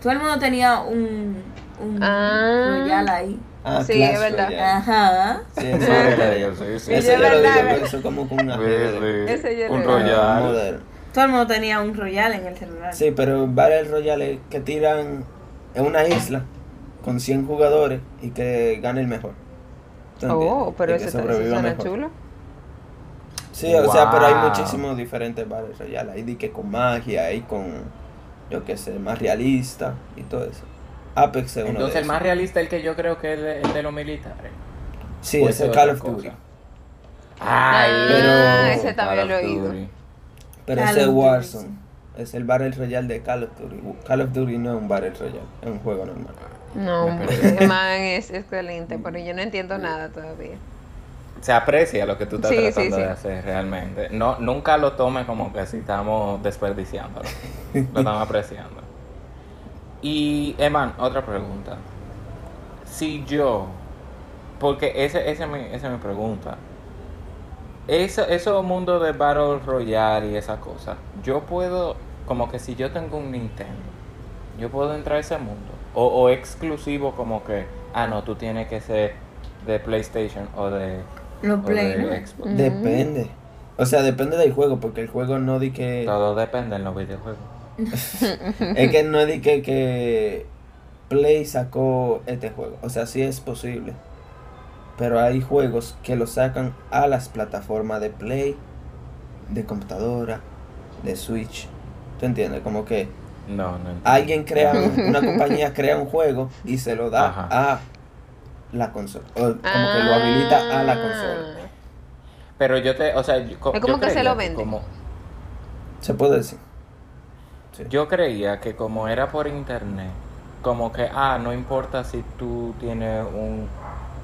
[SPEAKER 3] Todo el mundo tenía un, un
[SPEAKER 5] Ah.
[SPEAKER 3] Royal ahí.
[SPEAKER 4] Ah,
[SPEAKER 5] Sí,
[SPEAKER 4] Clash
[SPEAKER 5] es verdad.
[SPEAKER 4] Royale.
[SPEAKER 3] Ajá.
[SPEAKER 4] Sí, eso es
[SPEAKER 2] Madre de Dios,
[SPEAKER 4] verdad.
[SPEAKER 2] sí, sí.
[SPEAKER 4] Eso
[SPEAKER 5] es
[SPEAKER 4] yo lo
[SPEAKER 5] verdad,
[SPEAKER 4] digo,
[SPEAKER 5] ¿verdad?
[SPEAKER 4] pero eso como con una red
[SPEAKER 2] Sí,
[SPEAKER 5] Ese
[SPEAKER 2] sí.
[SPEAKER 5] yo
[SPEAKER 2] Un
[SPEAKER 5] le-
[SPEAKER 4] ah,
[SPEAKER 2] royal.
[SPEAKER 4] moderno.
[SPEAKER 3] Todo el mundo tenía un Royal en el celular.
[SPEAKER 4] Sí, pero Battle Royale es que tiran en una isla con 100 jugadores y que gane el mejor. ¿Tú entiendes?
[SPEAKER 5] Oh, pero
[SPEAKER 4] Y que
[SPEAKER 5] ese, ese
[SPEAKER 4] sobreviva
[SPEAKER 5] suena
[SPEAKER 4] mejor.
[SPEAKER 5] chulo.
[SPEAKER 4] Sí, o sea, pero hay
[SPEAKER 2] Wow.
[SPEAKER 4] muchísimos diferentes Battle Royale. Hay de que con magia, hay con, yo qué sé, más realista y todo eso. Apex es uno
[SPEAKER 2] Entonces
[SPEAKER 4] de
[SPEAKER 2] el
[SPEAKER 4] esos.
[SPEAKER 2] más realista es el que yo creo que es el- el de los militares. Pues
[SPEAKER 4] Sí,
[SPEAKER 2] Puede
[SPEAKER 4] es
[SPEAKER 2] ser
[SPEAKER 4] el
[SPEAKER 2] otra
[SPEAKER 4] Call of
[SPEAKER 2] cosa.
[SPEAKER 4] Duty.
[SPEAKER 2] Ay,
[SPEAKER 4] pero-
[SPEAKER 5] Ah, ese también lo he oído.
[SPEAKER 4] Pero
[SPEAKER 3] Call
[SPEAKER 4] ese es
[SPEAKER 3] of Duty,
[SPEAKER 4] Warzone.
[SPEAKER 3] sí.
[SPEAKER 4] Es el Battle Royale de Call of Duty. Call of Duty no es un Battle Royale, es un juego normal.
[SPEAKER 5] No,
[SPEAKER 2] Me
[SPEAKER 5] el man es excelente, pero yo no entiendo nada todavía.
[SPEAKER 2] Se aprecia lo que tú estás
[SPEAKER 5] Sí, sí,
[SPEAKER 2] tratando
[SPEAKER 5] sí.
[SPEAKER 2] de hacer realmente. No, nunca lo tomes como que si estamos desperdiciándolo. lo estamos apreciando. Y, Eman, otra pregunta. Si yo, porque ese, ese, es mi- esa es mi pregunta. Eso, esos mundos de Battle Royale y esas cosas, yo puedo, como que si yo tengo un Nintendo, yo puedo entrar a ese mundo. O, o exclusivo como que, ah, no, tú tienes que ser de PlayStation o de,
[SPEAKER 3] Los
[SPEAKER 2] o
[SPEAKER 3] Play. ¿no?
[SPEAKER 2] de Xbox.
[SPEAKER 5] Ujú.
[SPEAKER 4] Depende. O sea, depende del juego, porque el juego no di que.
[SPEAKER 2] Todo depende en los videojuegos.
[SPEAKER 4] Es que no di que, que Play sacó este juego. O sea, sí es posible. Pero hay juegos que lo sacan a las plataformas de Play, de computadora, de Switch. ¿Tú entiendes? Como que
[SPEAKER 2] No, no. entiendo.
[SPEAKER 4] Alguien crea, una compañía crea un juego y se lo da
[SPEAKER 2] Ajá.
[SPEAKER 4] a la consola. o como que lo habilita a la consola.
[SPEAKER 5] Ah.
[SPEAKER 2] Pero yo te, o sea, yo, co-
[SPEAKER 5] Es como
[SPEAKER 2] yo
[SPEAKER 5] que se
[SPEAKER 2] creía
[SPEAKER 5] lo vende.
[SPEAKER 2] como-
[SPEAKER 4] Se puede decir. Sí.
[SPEAKER 2] yo creía que como era por internet, como que, ah, no importa si tú tienes un,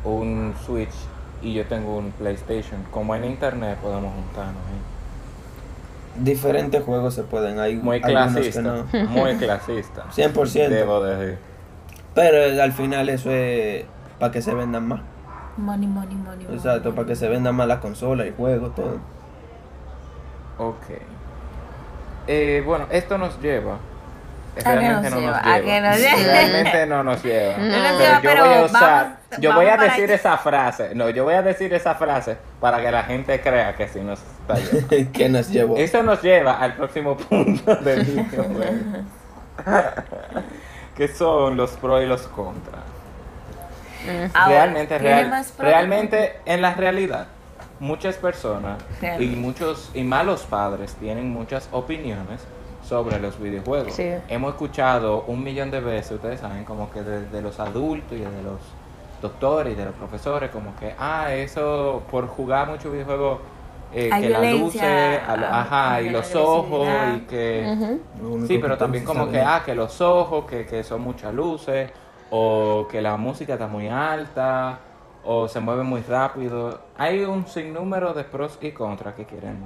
[SPEAKER 2] un Switch y yo tengo un PlayStation, como en internet podemos juntarnos. ¿eh?
[SPEAKER 4] Diferentes juegos se pueden. Hay
[SPEAKER 2] Muy
[SPEAKER 4] algunos que
[SPEAKER 2] clasista,
[SPEAKER 4] no.
[SPEAKER 2] muy clasista.
[SPEAKER 4] 100%.
[SPEAKER 2] Debo decir.
[SPEAKER 4] Pero eh, al final eso es para que se vendan más.
[SPEAKER 3] Money, money, money. money,
[SPEAKER 4] Exacto,
[SPEAKER 3] money.
[SPEAKER 4] para que se vendan más la consola, el juego, todo.
[SPEAKER 2] Ok. Eh, bueno, esto nos lleva.
[SPEAKER 3] que
[SPEAKER 2] Realmente no
[SPEAKER 3] nos lleva, a
[SPEAKER 2] nos
[SPEAKER 3] que
[SPEAKER 2] lleva.
[SPEAKER 3] nos lleva.
[SPEAKER 2] Realmente no nos lleva.
[SPEAKER 5] No
[SPEAKER 3] nos
[SPEAKER 2] Pero yo
[SPEAKER 3] lleva,
[SPEAKER 2] voy a
[SPEAKER 3] pero
[SPEAKER 2] usar-
[SPEAKER 3] vamos-
[SPEAKER 2] yo voy a
[SPEAKER 3] vamos para
[SPEAKER 2] decir
[SPEAKER 3] allá.
[SPEAKER 2] esa frase. No, yo voy a decir esa frase para que la gente crea que sí nos está llevando.
[SPEAKER 4] que nos llevó.
[SPEAKER 2] Eso nos lleva al próximo punto del videojuego. que son los pros y los contras.
[SPEAKER 3] Ahora,
[SPEAKER 2] realmente,
[SPEAKER 3] ¿tiene
[SPEAKER 2] real-
[SPEAKER 3] más problemas?
[SPEAKER 2] realmente en la realidad, muchas personas y
[SPEAKER 3] Realmente.
[SPEAKER 2] muchos y malos padres tienen muchas opiniones sobre los videojuegos.
[SPEAKER 5] Sí.
[SPEAKER 2] Hemos escuchado un millón de veces, ustedes saben, como que desde los adultos y de los doctores y de los profesores, como que, ah, eso por jugar mucho videojuego, eh,
[SPEAKER 3] Hay
[SPEAKER 2] que la
[SPEAKER 3] violencia,
[SPEAKER 2] luce, a lo-
[SPEAKER 3] ah,
[SPEAKER 2] ajá, y
[SPEAKER 3] la
[SPEAKER 2] los ojos
[SPEAKER 3] agresividad.
[SPEAKER 2] y que...
[SPEAKER 5] Ujú.
[SPEAKER 4] Lo único
[SPEAKER 2] Sí,
[SPEAKER 4] que
[SPEAKER 2] pero también
[SPEAKER 4] tengo
[SPEAKER 2] como que,
[SPEAKER 4] saber.
[SPEAKER 2] ah, que los ojos, que, que son muchas luces, o que la música está muy alta, o se mueve muy rápido. Hay un sinnúmero de pros y contras que quieren,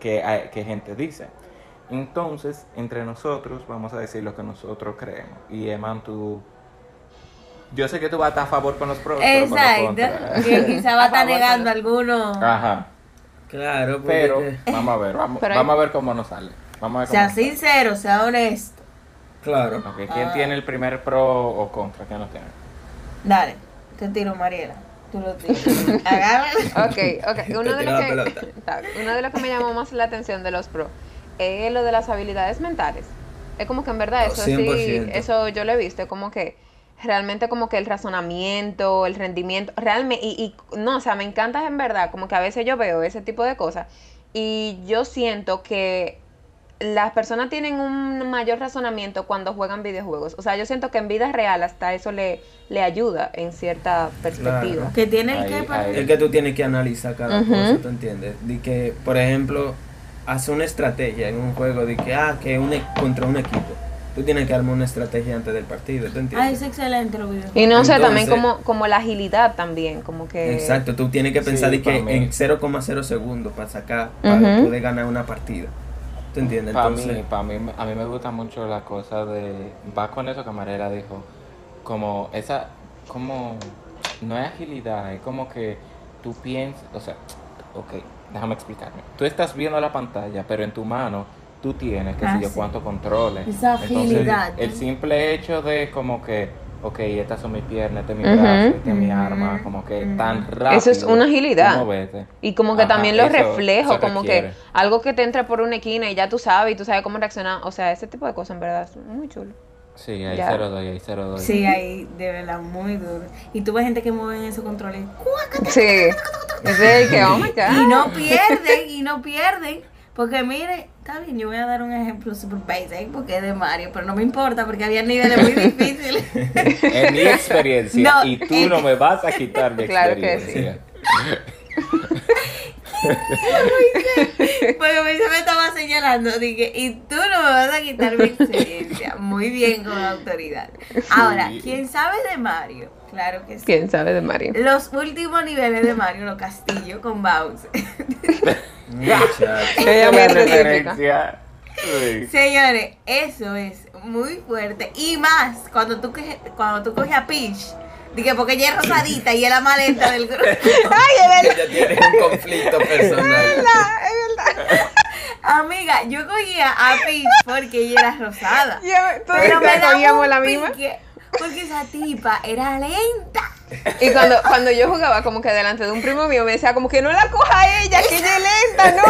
[SPEAKER 2] que, hay- que gente dice. Entonces, entre nosotros vamos a decir lo que nosotros creemos. Y Eman, tú... Yo sé que tú vas a estar a favor con los pros, pero con los
[SPEAKER 3] Exacto.
[SPEAKER 2] contras.
[SPEAKER 3] Que quizá va a estar
[SPEAKER 5] Por favor,
[SPEAKER 3] negando
[SPEAKER 5] por-
[SPEAKER 3] alguno.
[SPEAKER 2] Ajá.
[SPEAKER 4] Claro, porque
[SPEAKER 2] Pero
[SPEAKER 4] que-
[SPEAKER 2] vamos a ver, vamos,
[SPEAKER 5] Pero hay-
[SPEAKER 2] vamos a ver cómo nos sale. Vamos a ver cómo
[SPEAKER 3] Sea
[SPEAKER 2] nos sale.
[SPEAKER 3] sincero, sea honesto.
[SPEAKER 4] Claro.
[SPEAKER 2] Ok, ¿Quién tiene el primer pro o contra? ¿Quién lo tiene?
[SPEAKER 3] Dale, te tiro, Mariela. Tú lo tiras. Agárralo.
[SPEAKER 5] Ok, ok. Uno de,
[SPEAKER 4] tira
[SPEAKER 5] los
[SPEAKER 4] la pelota.
[SPEAKER 5] que, Está bien. uno de los que me llamó más la atención de los pro es lo de las habilidades mentales. Es como que en verdad
[SPEAKER 4] No,
[SPEAKER 5] eso
[SPEAKER 4] 100%.
[SPEAKER 5] sí, eso yo lo he visto, es como que realmente como que el razonamiento, el rendimiento, realmente, y, y no, o sea, me encanta en verdad, como que a veces yo veo ese tipo de cosas y yo siento que las personas tienen un mayor razonamiento cuando juegan videojuegos. O sea, yo siento que en vida real hasta eso le, le ayuda en cierta perspectiva.
[SPEAKER 3] Que tiene el
[SPEAKER 2] Ahí,
[SPEAKER 3] que para.
[SPEAKER 2] ahí.
[SPEAKER 4] Es que tú tienes que analizar cada
[SPEAKER 5] Ujú.
[SPEAKER 4] cosa, ¿tú entiendes? De que, por ejemplo, hace una estrategia en un juego de que, ah, que un, e- contra un equipo. Tú tienes que armar una estrategia antes del partido, ¿tú entiendes?
[SPEAKER 3] Ah, es excelente lo video.
[SPEAKER 5] Y no sé, también
[SPEAKER 4] Entonces-
[SPEAKER 5] como, como la agilidad también, como que...
[SPEAKER 4] Exacto, tú tienes que
[SPEAKER 2] Sí,
[SPEAKER 4] pensar de que
[SPEAKER 2] pa' mí.
[SPEAKER 4] en 0,0 segundos para sacar, para
[SPEAKER 5] Ujú.
[SPEAKER 4] poder ganar una partida. ¿Tú entiendes?
[SPEAKER 2] Para
[SPEAKER 4] Entonces,
[SPEAKER 2] mí, pa' mí- a mí me gusta mucho la cosa de. Va con eso que Mariela dijo. Como esa. Como. No es agilidad, es como que tú piensas. O sea, ok, déjame explicarme. Tú estás viendo la pantalla, pero en tu mano tú tienes que
[SPEAKER 3] Ah,
[SPEAKER 2] sé yo
[SPEAKER 3] sí.
[SPEAKER 2] cuántos controles.
[SPEAKER 3] Esa agilidad.
[SPEAKER 2] el simple hecho de como que. Ok, estas son mis piernas, este es mi
[SPEAKER 5] Ujú.
[SPEAKER 2] brazo, este es mi arma.
[SPEAKER 3] Ujú.
[SPEAKER 2] Como que
[SPEAKER 3] Ujú.
[SPEAKER 2] tan rápido.
[SPEAKER 5] Eso es una agilidad.
[SPEAKER 2] tú moverte.
[SPEAKER 5] Y como que
[SPEAKER 2] Ajá,
[SPEAKER 5] también los
[SPEAKER 2] eso
[SPEAKER 5] reflejos,
[SPEAKER 2] se
[SPEAKER 5] como que
[SPEAKER 2] requiere.
[SPEAKER 5] algo que te entra por una esquina y ya tú sabes y tú sabes cómo reaccionar. O sea, ese tipo de cosas en verdad es muy chulo.
[SPEAKER 2] Sí, ahí
[SPEAKER 5] Ya.
[SPEAKER 2] se lo doy, ahí se lo doy.
[SPEAKER 3] Sí, ahí, de verdad, muy duro. Y tú ves gente que mueve esos controles.
[SPEAKER 5] Sí. Ese es el que, oh my
[SPEAKER 3] Y
[SPEAKER 5] God.
[SPEAKER 3] no pierden, y no pierden. Porque mire, está bien, yo voy a dar un ejemplo super basic porque es de Mario, pero no me importa porque había niveles muy difíciles.
[SPEAKER 2] Es mi experiencia
[SPEAKER 3] No,
[SPEAKER 2] y tú
[SPEAKER 3] es-
[SPEAKER 2] no me vas a quitar mi
[SPEAKER 5] Claro que
[SPEAKER 2] experiencia.
[SPEAKER 3] Porque mi se me estaba señalando, dije, y tú no me vas a quitar mi experiencia. Muy bien con autoridad. Ahora,
[SPEAKER 2] Sí.
[SPEAKER 3] ¿quién sabe de Mario? Claro que sí.
[SPEAKER 5] ¿Quién sabe de Mario?
[SPEAKER 3] Los últimos niveles de Mario, los castillos con Bowser.
[SPEAKER 4] muchacho,
[SPEAKER 5] Ella muy
[SPEAKER 2] La
[SPEAKER 5] específica.
[SPEAKER 2] referencia. Sí.
[SPEAKER 3] Señores, eso es muy fuerte. Y más cuando tú, coge- cuando tú coges a Peach. Dije, porque ella es rosadita y es la maleta del grupo.
[SPEAKER 4] ella tiene un conflicto personal.
[SPEAKER 3] Ah, Amiga, yo cogía a Peach porque ella era rosada.
[SPEAKER 5] Ya, tú
[SPEAKER 3] Pero
[SPEAKER 5] dices,
[SPEAKER 3] me daba
[SPEAKER 5] cogíamos
[SPEAKER 3] un
[SPEAKER 5] la misma.
[SPEAKER 3] pique, Porque esa tipa era lenta.
[SPEAKER 5] Y cuando, cuando yo jugaba como que delante de un primo mío me decía como que no la coja ella, que ella es lenta, ¿no?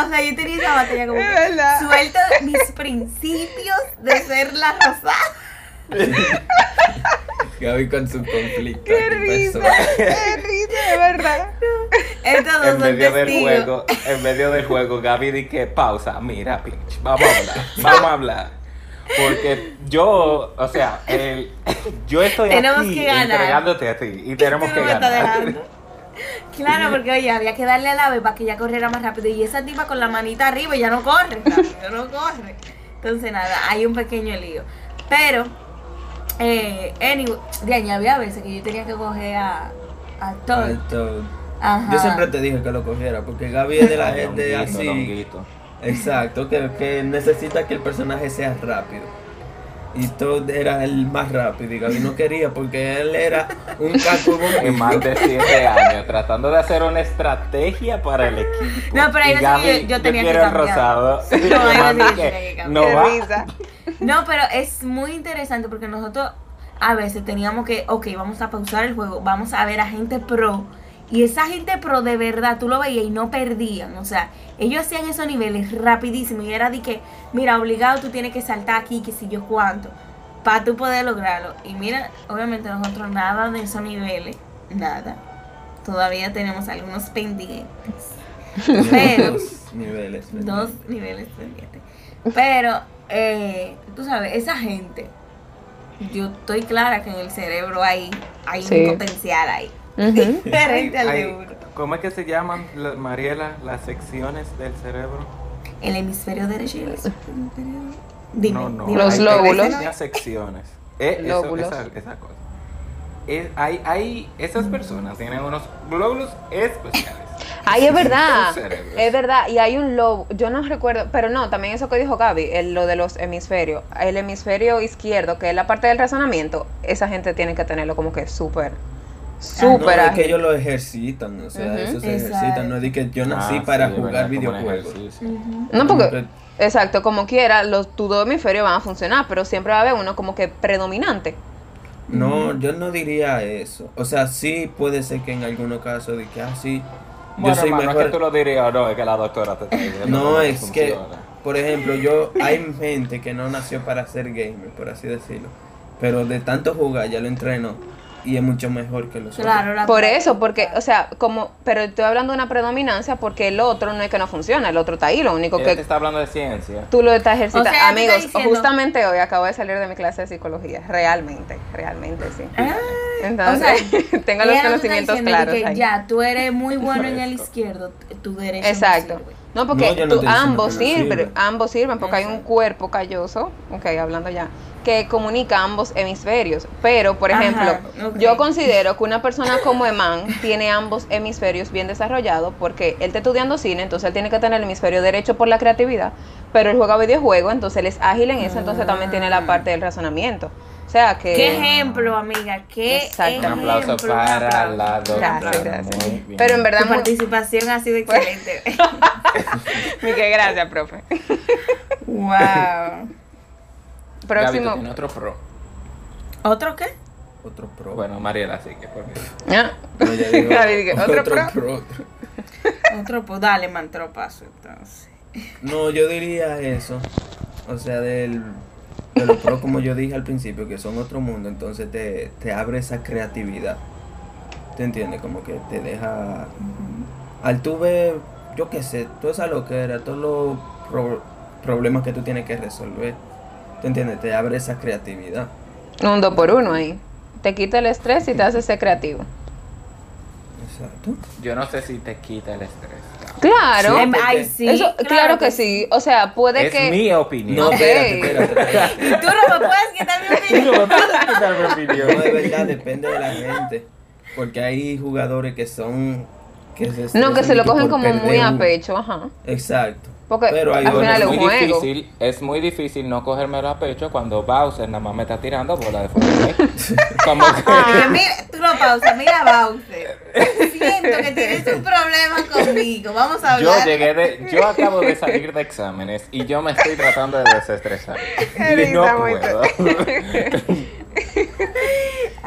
[SPEAKER 3] O sea, yo tenía esa batalla como
[SPEAKER 5] Es
[SPEAKER 3] que,
[SPEAKER 5] verdad.
[SPEAKER 3] suelto mis principios de ser la rosada.
[SPEAKER 4] Gaby con su conflicto.
[SPEAKER 5] ¡Qué
[SPEAKER 4] aquí
[SPEAKER 5] risa!
[SPEAKER 2] Pues,
[SPEAKER 4] personal.
[SPEAKER 5] ¡Qué risa, de verdad!
[SPEAKER 3] Estos dos
[SPEAKER 2] en
[SPEAKER 3] son
[SPEAKER 2] medio del
[SPEAKER 3] testigos.
[SPEAKER 2] juego, en medio del juego, Gaby di que pausa, mira, pinche, vamos a hablar, vamos a hablar. Porque yo, o sea, el- yo estoy
[SPEAKER 3] Tenemos
[SPEAKER 2] aquí
[SPEAKER 3] que ganar.
[SPEAKER 2] entregándote a ti y tenemos
[SPEAKER 3] Tú
[SPEAKER 2] que
[SPEAKER 3] no me estás
[SPEAKER 2] ganar.
[SPEAKER 3] dejando. Claro, porque oye, había que darle a la ave para que ella corriera más rápido. Y esa tipa con la manita arriba ya no corre, ¿sabes? ya no corre. Entonces, nada, hay un pequeño lío. Pero, eh, anyway, de ahí había veces que yo tenía que coger a, a Todd.
[SPEAKER 4] Alto.
[SPEAKER 3] Ajá.
[SPEAKER 4] Yo siempre te dije que lo cogiera, porque Gaby es de la gente
[SPEAKER 2] Longuito,
[SPEAKER 4] así.
[SPEAKER 2] longuito.
[SPEAKER 4] Exacto, que, que necesita que el personaje sea rápido. Y Todd era el más rápido y Gaby no quería porque él era un caco
[SPEAKER 2] Y más de 7 años tratando de hacer una estrategia para el equipo.
[SPEAKER 3] No, pero hay
[SPEAKER 2] Y
[SPEAKER 3] veces que
[SPEAKER 2] Gaby,
[SPEAKER 3] yo- yo tenía que
[SPEAKER 2] quiero el
[SPEAKER 3] cambiar.
[SPEAKER 2] rosado.
[SPEAKER 3] Sí, no, hay
[SPEAKER 2] Y Mami
[SPEAKER 3] veces que
[SPEAKER 2] que
[SPEAKER 3] tenía que
[SPEAKER 2] no
[SPEAKER 3] cambiar.
[SPEAKER 5] Qué
[SPEAKER 2] va.
[SPEAKER 5] risa.
[SPEAKER 3] No, pero es muy interesante porque nosotros a veces teníamos que, ok, vamos a pausar el juego, vamos a ver a gente pro. Y esa gente pro de verdad, tú lo veías y no perdían. O sea, ellos hacían esos niveles rapidísimo y era de que, mira, obligado tú tienes que saltar aquí, que si yo cuánto, para tú poder lograrlo. Y mira, obviamente nosotros nada de esos niveles, nada. Todavía tenemos algunos pendientes. Pero
[SPEAKER 4] niveles. ¿verdad?
[SPEAKER 3] dos niveles pendientes. Pero, eh, tú sabes, esa gente, yo estoy clara que en el cerebro hay, hay
[SPEAKER 5] Sí.
[SPEAKER 3] un potencial ahí.
[SPEAKER 5] Ujú.
[SPEAKER 3] Diferente al
[SPEAKER 2] Hay-
[SPEAKER 3] de uno.
[SPEAKER 2] ¿Cómo es que se llaman, la- Mariela, las secciones del cerebro?
[SPEAKER 3] El hemisferio derecho y el hemisferio. Dime,
[SPEAKER 2] no, no.
[SPEAKER 3] dime.
[SPEAKER 5] Los
[SPEAKER 2] hay
[SPEAKER 5] lóbulos.
[SPEAKER 2] pequeñas secciones. Eh, eso-
[SPEAKER 5] Lóbulos.
[SPEAKER 2] esa, esa cosa. Es- hay, hay,
[SPEAKER 3] Mm.
[SPEAKER 2] esas personas tienen unos glóbulos especiales.
[SPEAKER 5] Ay, es verdad.
[SPEAKER 2] Sus cerebros.
[SPEAKER 5] Es verdad. Y hay un lobo. Yo no recuerdo. Pero no, también eso que dijo Gaby, el- lo de los hemisferios. El hemisferio izquierdo, que es la parte del razonamiento, esa gente tiene que tenerlo como que súper,
[SPEAKER 4] No,
[SPEAKER 5] súper
[SPEAKER 4] es
[SPEAKER 5] ágil.
[SPEAKER 4] que ellos lo ejercitan, o sea,
[SPEAKER 5] Ujú.
[SPEAKER 4] eso se
[SPEAKER 3] Exacto.
[SPEAKER 4] ejercitan. No es de que yo nací
[SPEAKER 2] Ah,
[SPEAKER 4] para
[SPEAKER 2] sí, es
[SPEAKER 4] jugar
[SPEAKER 2] verdad, como un
[SPEAKER 4] videojuegos.
[SPEAKER 2] ejercicio.
[SPEAKER 3] Ujú.
[SPEAKER 5] No, porque,
[SPEAKER 4] Pero-
[SPEAKER 5] exacto, como quiera, los, tus dos hemisferios van a funcionar, pero siempre va a haber uno como que predominante.
[SPEAKER 4] No, yo no diría eso. O sea, sí puede ser que en algunos casos de que así.
[SPEAKER 2] Bueno,
[SPEAKER 4] yo soy
[SPEAKER 2] hermano, es que tú
[SPEAKER 4] mejor.
[SPEAKER 2] lo dirías, no, es que la doctora te está diciendo.
[SPEAKER 4] No,
[SPEAKER 2] cómo
[SPEAKER 4] es que,
[SPEAKER 2] funciona.
[SPEAKER 4] por ejemplo, yo hay gente que no nació para ser gamer, por así decirlo. Pero de tanto jugar ya lo entrenó y es mucho mejor que los
[SPEAKER 3] Claro,
[SPEAKER 4] otros.
[SPEAKER 3] la-
[SPEAKER 5] Por eso, porque, o sea, como, pero estoy hablando de una predominancia porque el otro no es que no funciona, el otro está ahí, lo único
[SPEAKER 2] Ella te
[SPEAKER 5] que
[SPEAKER 2] está hablando de ciencia.
[SPEAKER 5] tú lo estás ejercitando.
[SPEAKER 3] O sea, ella te está
[SPEAKER 5] Amigos,
[SPEAKER 3] diciendo-
[SPEAKER 5] justamente hoy acabo de salir de mi clase de psicología, realmente, realmente sí.
[SPEAKER 3] Ah,
[SPEAKER 5] Entonces,
[SPEAKER 3] o
[SPEAKER 5] tengo los
[SPEAKER 3] y ahora tú estás
[SPEAKER 5] conocimientos
[SPEAKER 3] diciendo
[SPEAKER 5] claros
[SPEAKER 3] de que
[SPEAKER 5] ahí.
[SPEAKER 3] Ya, tú eres muy bueno en el izquierdo, t- tu derecho. no
[SPEAKER 5] Exacto.
[SPEAKER 3] sirve.
[SPEAKER 5] No, porque
[SPEAKER 4] No, yo
[SPEAKER 5] tú-
[SPEAKER 4] no estoy diciendo
[SPEAKER 5] ambos
[SPEAKER 4] que no
[SPEAKER 5] sirven,
[SPEAKER 4] sirve.
[SPEAKER 5] ambos sirven, porque hay un
[SPEAKER 3] Exacto.
[SPEAKER 5] cuerpo calloso, ok, hablando ya, que comunica ambos hemisferios. Pero, por
[SPEAKER 3] Ajá,
[SPEAKER 5] ejemplo,
[SPEAKER 3] ok.
[SPEAKER 5] yo considero que una persona como Eman tiene ambos hemisferios bien desarrollados, porque él está estudiando cine, entonces él tiene que tener el hemisferio derecho por la creatividad, pero él juega videojuegos, entonces él es ágil en eso, entonces también tiene la parte del razonamiento. O sea que...
[SPEAKER 3] Ah. Qué ejemplo, amiga, qué
[SPEAKER 5] Exacto.
[SPEAKER 2] Un aplauso
[SPEAKER 3] ejemplo, un
[SPEAKER 2] para
[SPEAKER 3] aplauso.
[SPEAKER 2] la doctora.
[SPEAKER 5] Gracias, gracias.
[SPEAKER 2] Muy bien.
[SPEAKER 5] Pero en verdad,
[SPEAKER 3] Tu
[SPEAKER 5] muy-
[SPEAKER 3] participación ha sido excelente.
[SPEAKER 5] Miquel, gracias, profe.
[SPEAKER 3] wow.
[SPEAKER 2] Gaby, tú
[SPEAKER 5] Próximo...
[SPEAKER 2] tienes otro pro.
[SPEAKER 3] ¿Otro qué?
[SPEAKER 4] Otro pro.
[SPEAKER 2] Bueno, Mariela, sí que porque.
[SPEAKER 5] Ah,
[SPEAKER 4] No, ya digo,
[SPEAKER 5] Gaby, dije, ¿otro pro?
[SPEAKER 3] Otro, pues dale, man, otro paso entonces.
[SPEAKER 4] No, yo diría eso. O sea, del, de los pro, como yo dije al principio, que son otro mundo, entonces te, te abre esa creatividad. ¿Te entiendes? Como que te deja. Al tú ver, yo qué sé, toda esa loquera, todos los pro- problemas que tú tienes que resolver. ¿Te entiendes? Te abre esa creatividad.
[SPEAKER 5] Un dos por uno ahí. Te quita el estrés y te hace ser creativo.
[SPEAKER 4] Exacto.
[SPEAKER 2] Yo no sé si te quita el estrés.
[SPEAKER 5] Claro.
[SPEAKER 4] Sí,
[SPEAKER 3] Em,
[SPEAKER 4] porque-
[SPEAKER 3] ay, sí.
[SPEAKER 5] Eso, claro, que sí. O sea, puede
[SPEAKER 2] es
[SPEAKER 5] que.
[SPEAKER 2] mi opinión.
[SPEAKER 4] No,
[SPEAKER 5] Ok.
[SPEAKER 4] espérate, espérate, espérate.
[SPEAKER 3] Y tú no me puedes quitar mi opinión.
[SPEAKER 2] me puedes quitar mi opinión.
[SPEAKER 4] No, de verdad, depende de la gente. Porque hay jugadores que son. Que se
[SPEAKER 5] No, que se lo
[SPEAKER 4] estresan
[SPEAKER 5] cogen
[SPEAKER 4] por
[SPEAKER 5] como muy
[SPEAKER 4] perder
[SPEAKER 5] a
[SPEAKER 4] un-
[SPEAKER 5] pecho, ajá.
[SPEAKER 4] Exacto.
[SPEAKER 5] Porque
[SPEAKER 4] Pero hay
[SPEAKER 5] al final
[SPEAKER 4] otros-
[SPEAKER 5] es
[SPEAKER 2] es
[SPEAKER 5] un
[SPEAKER 2] muy
[SPEAKER 5] juego.
[SPEAKER 2] difícil, es muy difícil no cogérmelo a pecho cuando Bowser nada más me está tirando bola de fuego. Como que
[SPEAKER 3] Ah, mira, tú no pausa, mira Bowser. Siento que tienes un problema conmigo. Vamos a
[SPEAKER 2] yo
[SPEAKER 3] hablar.
[SPEAKER 2] llegué de, yo acabo de salir de exámenes y yo me estoy tratando de desestresar. Y no
[SPEAKER 5] Está muy
[SPEAKER 2] puedo.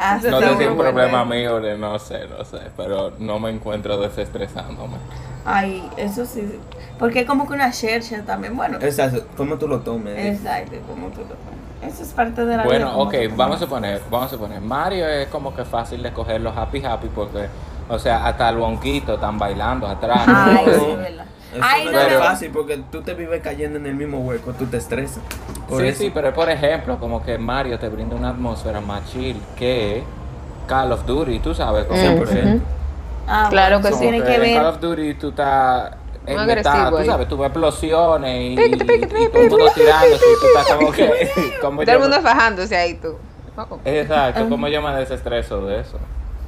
[SPEAKER 3] Ah,
[SPEAKER 5] Eso
[SPEAKER 2] No
[SPEAKER 5] está
[SPEAKER 2] sé
[SPEAKER 5] muy
[SPEAKER 2] si es un
[SPEAKER 5] bueno.
[SPEAKER 2] problema mío, de- no sé, no sé, pero no me encuentro desestresándome.
[SPEAKER 3] Ay, eso sí. Porque es como que una chercha también. Bueno,
[SPEAKER 4] Exacto. ¿Cómo tú lo tomes?
[SPEAKER 3] exacto, como tú lo pones. Eso es parte de la vida.
[SPEAKER 2] Bueno,
[SPEAKER 3] como
[SPEAKER 2] ok,
[SPEAKER 3] tú lo
[SPEAKER 2] vamos a suponer, vamos a suponer, Mario es como que fácil de cogerlo happy happy porque O sea, hasta el honquito están bailando atrás.
[SPEAKER 3] Ay,
[SPEAKER 4] No.
[SPEAKER 3] sí, es verdad.
[SPEAKER 4] Eso
[SPEAKER 3] Ay,
[SPEAKER 4] no,
[SPEAKER 3] no,
[SPEAKER 4] es
[SPEAKER 2] pero-
[SPEAKER 4] fácil porque tú te vives cayendo en el mismo hueco, tú te estresas. Por
[SPEAKER 2] sí,
[SPEAKER 4] eso.
[SPEAKER 2] sí, pero es por ejemplo, como que Mario te brinda una atmósfera más chill que Call of Duty, tú sabes, como
[SPEAKER 5] Mm,
[SPEAKER 2] que-
[SPEAKER 4] 100%.
[SPEAKER 3] Ah,
[SPEAKER 5] Claro que
[SPEAKER 3] eso
[SPEAKER 5] sí.
[SPEAKER 2] como
[SPEAKER 3] Tiene que
[SPEAKER 2] en Call
[SPEAKER 3] ver.
[SPEAKER 2] of Duty tú estás en
[SPEAKER 5] Muy
[SPEAKER 2] mitad,
[SPEAKER 5] agresivo
[SPEAKER 2] tú
[SPEAKER 5] ahí.
[SPEAKER 2] sabes, tú ves explosiones y,
[SPEAKER 5] Piqui, piqui,
[SPEAKER 2] y todo el mundo tirándose y tú estás como que... como
[SPEAKER 5] Todo el
[SPEAKER 2] yo-
[SPEAKER 5] mundo fajándose ahí tú. Oh.
[SPEAKER 2] Exacto,
[SPEAKER 3] Ajá.
[SPEAKER 2] ¿cómo yo me desestreso de eso?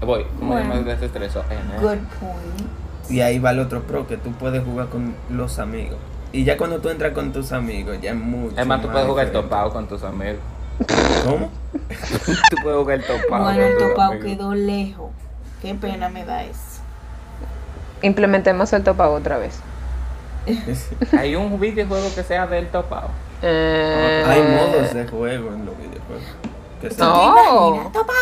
[SPEAKER 2] Voy, ¿cómo yo me
[SPEAKER 3] Bueno.
[SPEAKER 2] desestreso? En eso.
[SPEAKER 3] Good point.
[SPEAKER 4] Y ahí va el otro pro, que tú puedes jugar con los amigos. Y ya cuando tú entras con tus amigos, ya es mucho.
[SPEAKER 2] Es más, tú puedes jugar
[SPEAKER 4] diferente.
[SPEAKER 2] topado con tus amigos.
[SPEAKER 4] ¿Cómo?
[SPEAKER 2] tú puedes jugar topado
[SPEAKER 3] Bueno, el
[SPEAKER 2] con tus
[SPEAKER 3] topao
[SPEAKER 2] amigos.
[SPEAKER 3] quedó lejos. Qué pena me da eso.
[SPEAKER 5] Implementemos el topado otra vez.
[SPEAKER 2] Hay un videojuego que sea del topado.
[SPEAKER 5] Eh,
[SPEAKER 4] Hay modos de juego en los videojuegos. Que son-
[SPEAKER 5] No. Oh.
[SPEAKER 3] Topao,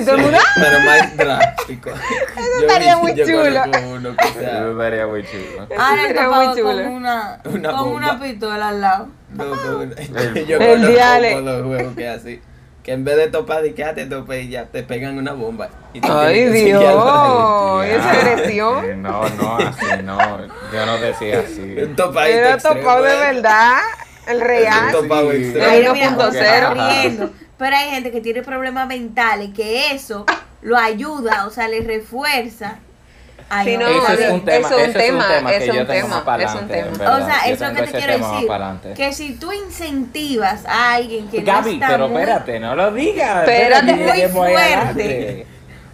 [SPEAKER 5] Todo el mundo, ¡ah!
[SPEAKER 4] Pero más drástico. Eso
[SPEAKER 5] estaría muy chulo.
[SPEAKER 4] Uno que sea,
[SPEAKER 2] Me vería muy chulo.
[SPEAKER 3] Ahora el
[SPEAKER 5] sería
[SPEAKER 3] topao
[SPEAKER 5] muy chulo.
[SPEAKER 3] con una,
[SPEAKER 4] Una
[SPEAKER 3] con una
[SPEAKER 4] bomba.
[SPEAKER 3] pistola al lado.
[SPEAKER 4] no, no, no.
[SPEAKER 2] El-
[SPEAKER 4] yo
[SPEAKER 5] el
[SPEAKER 4] conozco
[SPEAKER 5] diale.
[SPEAKER 4] como los juegos que así. Que en vez de topar y que ah, te tope y ya te pegan una bomba. Y tú
[SPEAKER 5] ¡Ay,
[SPEAKER 4] tienes que seguirlo
[SPEAKER 5] Dios! ¿Esa agresión?
[SPEAKER 2] Eh, No, no, así no. Yo no decía así.
[SPEAKER 4] ahí. Un topado
[SPEAKER 5] Era
[SPEAKER 4] extremo,
[SPEAKER 5] topado de
[SPEAKER 4] eh.
[SPEAKER 5] verdad, el real.
[SPEAKER 4] Esto- topao
[SPEAKER 2] Sí.
[SPEAKER 4] extremo.
[SPEAKER 5] Ay,
[SPEAKER 3] Pero mira,
[SPEAKER 5] punto
[SPEAKER 3] o sea,
[SPEAKER 5] cero.
[SPEAKER 3] riendo. Pero hay gente que tiene problemas mentales que eso lo ayuda, o sea, le refuerza. Ay,
[SPEAKER 5] Sí, no,
[SPEAKER 2] Eso
[SPEAKER 3] está
[SPEAKER 2] es
[SPEAKER 5] ver,
[SPEAKER 2] un
[SPEAKER 3] bien.
[SPEAKER 2] tema,
[SPEAKER 5] eso es un
[SPEAKER 2] eso es un tema que
[SPEAKER 5] tema,
[SPEAKER 2] yo
[SPEAKER 5] es
[SPEAKER 2] tengo
[SPEAKER 5] un
[SPEAKER 2] más para
[SPEAKER 5] tema,
[SPEAKER 2] adelante.
[SPEAKER 5] es un
[SPEAKER 2] en
[SPEAKER 5] tema.
[SPEAKER 2] verdad.
[SPEAKER 3] O sea,
[SPEAKER 2] Yo
[SPEAKER 3] es lo
[SPEAKER 2] tengo
[SPEAKER 3] que te
[SPEAKER 2] ese
[SPEAKER 3] quiero
[SPEAKER 2] tema más para
[SPEAKER 3] decir.
[SPEAKER 2] adelante.
[SPEAKER 3] Que si tú incentivas a alguien que
[SPEAKER 2] Gaby,
[SPEAKER 3] no está
[SPEAKER 2] pero
[SPEAKER 3] muy,
[SPEAKER 2] espérate, no lo digas.
[SPEAKER 5] Espérate,
[SPEAKER 2] espérate,
[SPEAKER 3] muy
[SPEAKER 2] lleguemos ahí
[SPEAKER 3] fuerte.
[SPEAKER 2] adelante.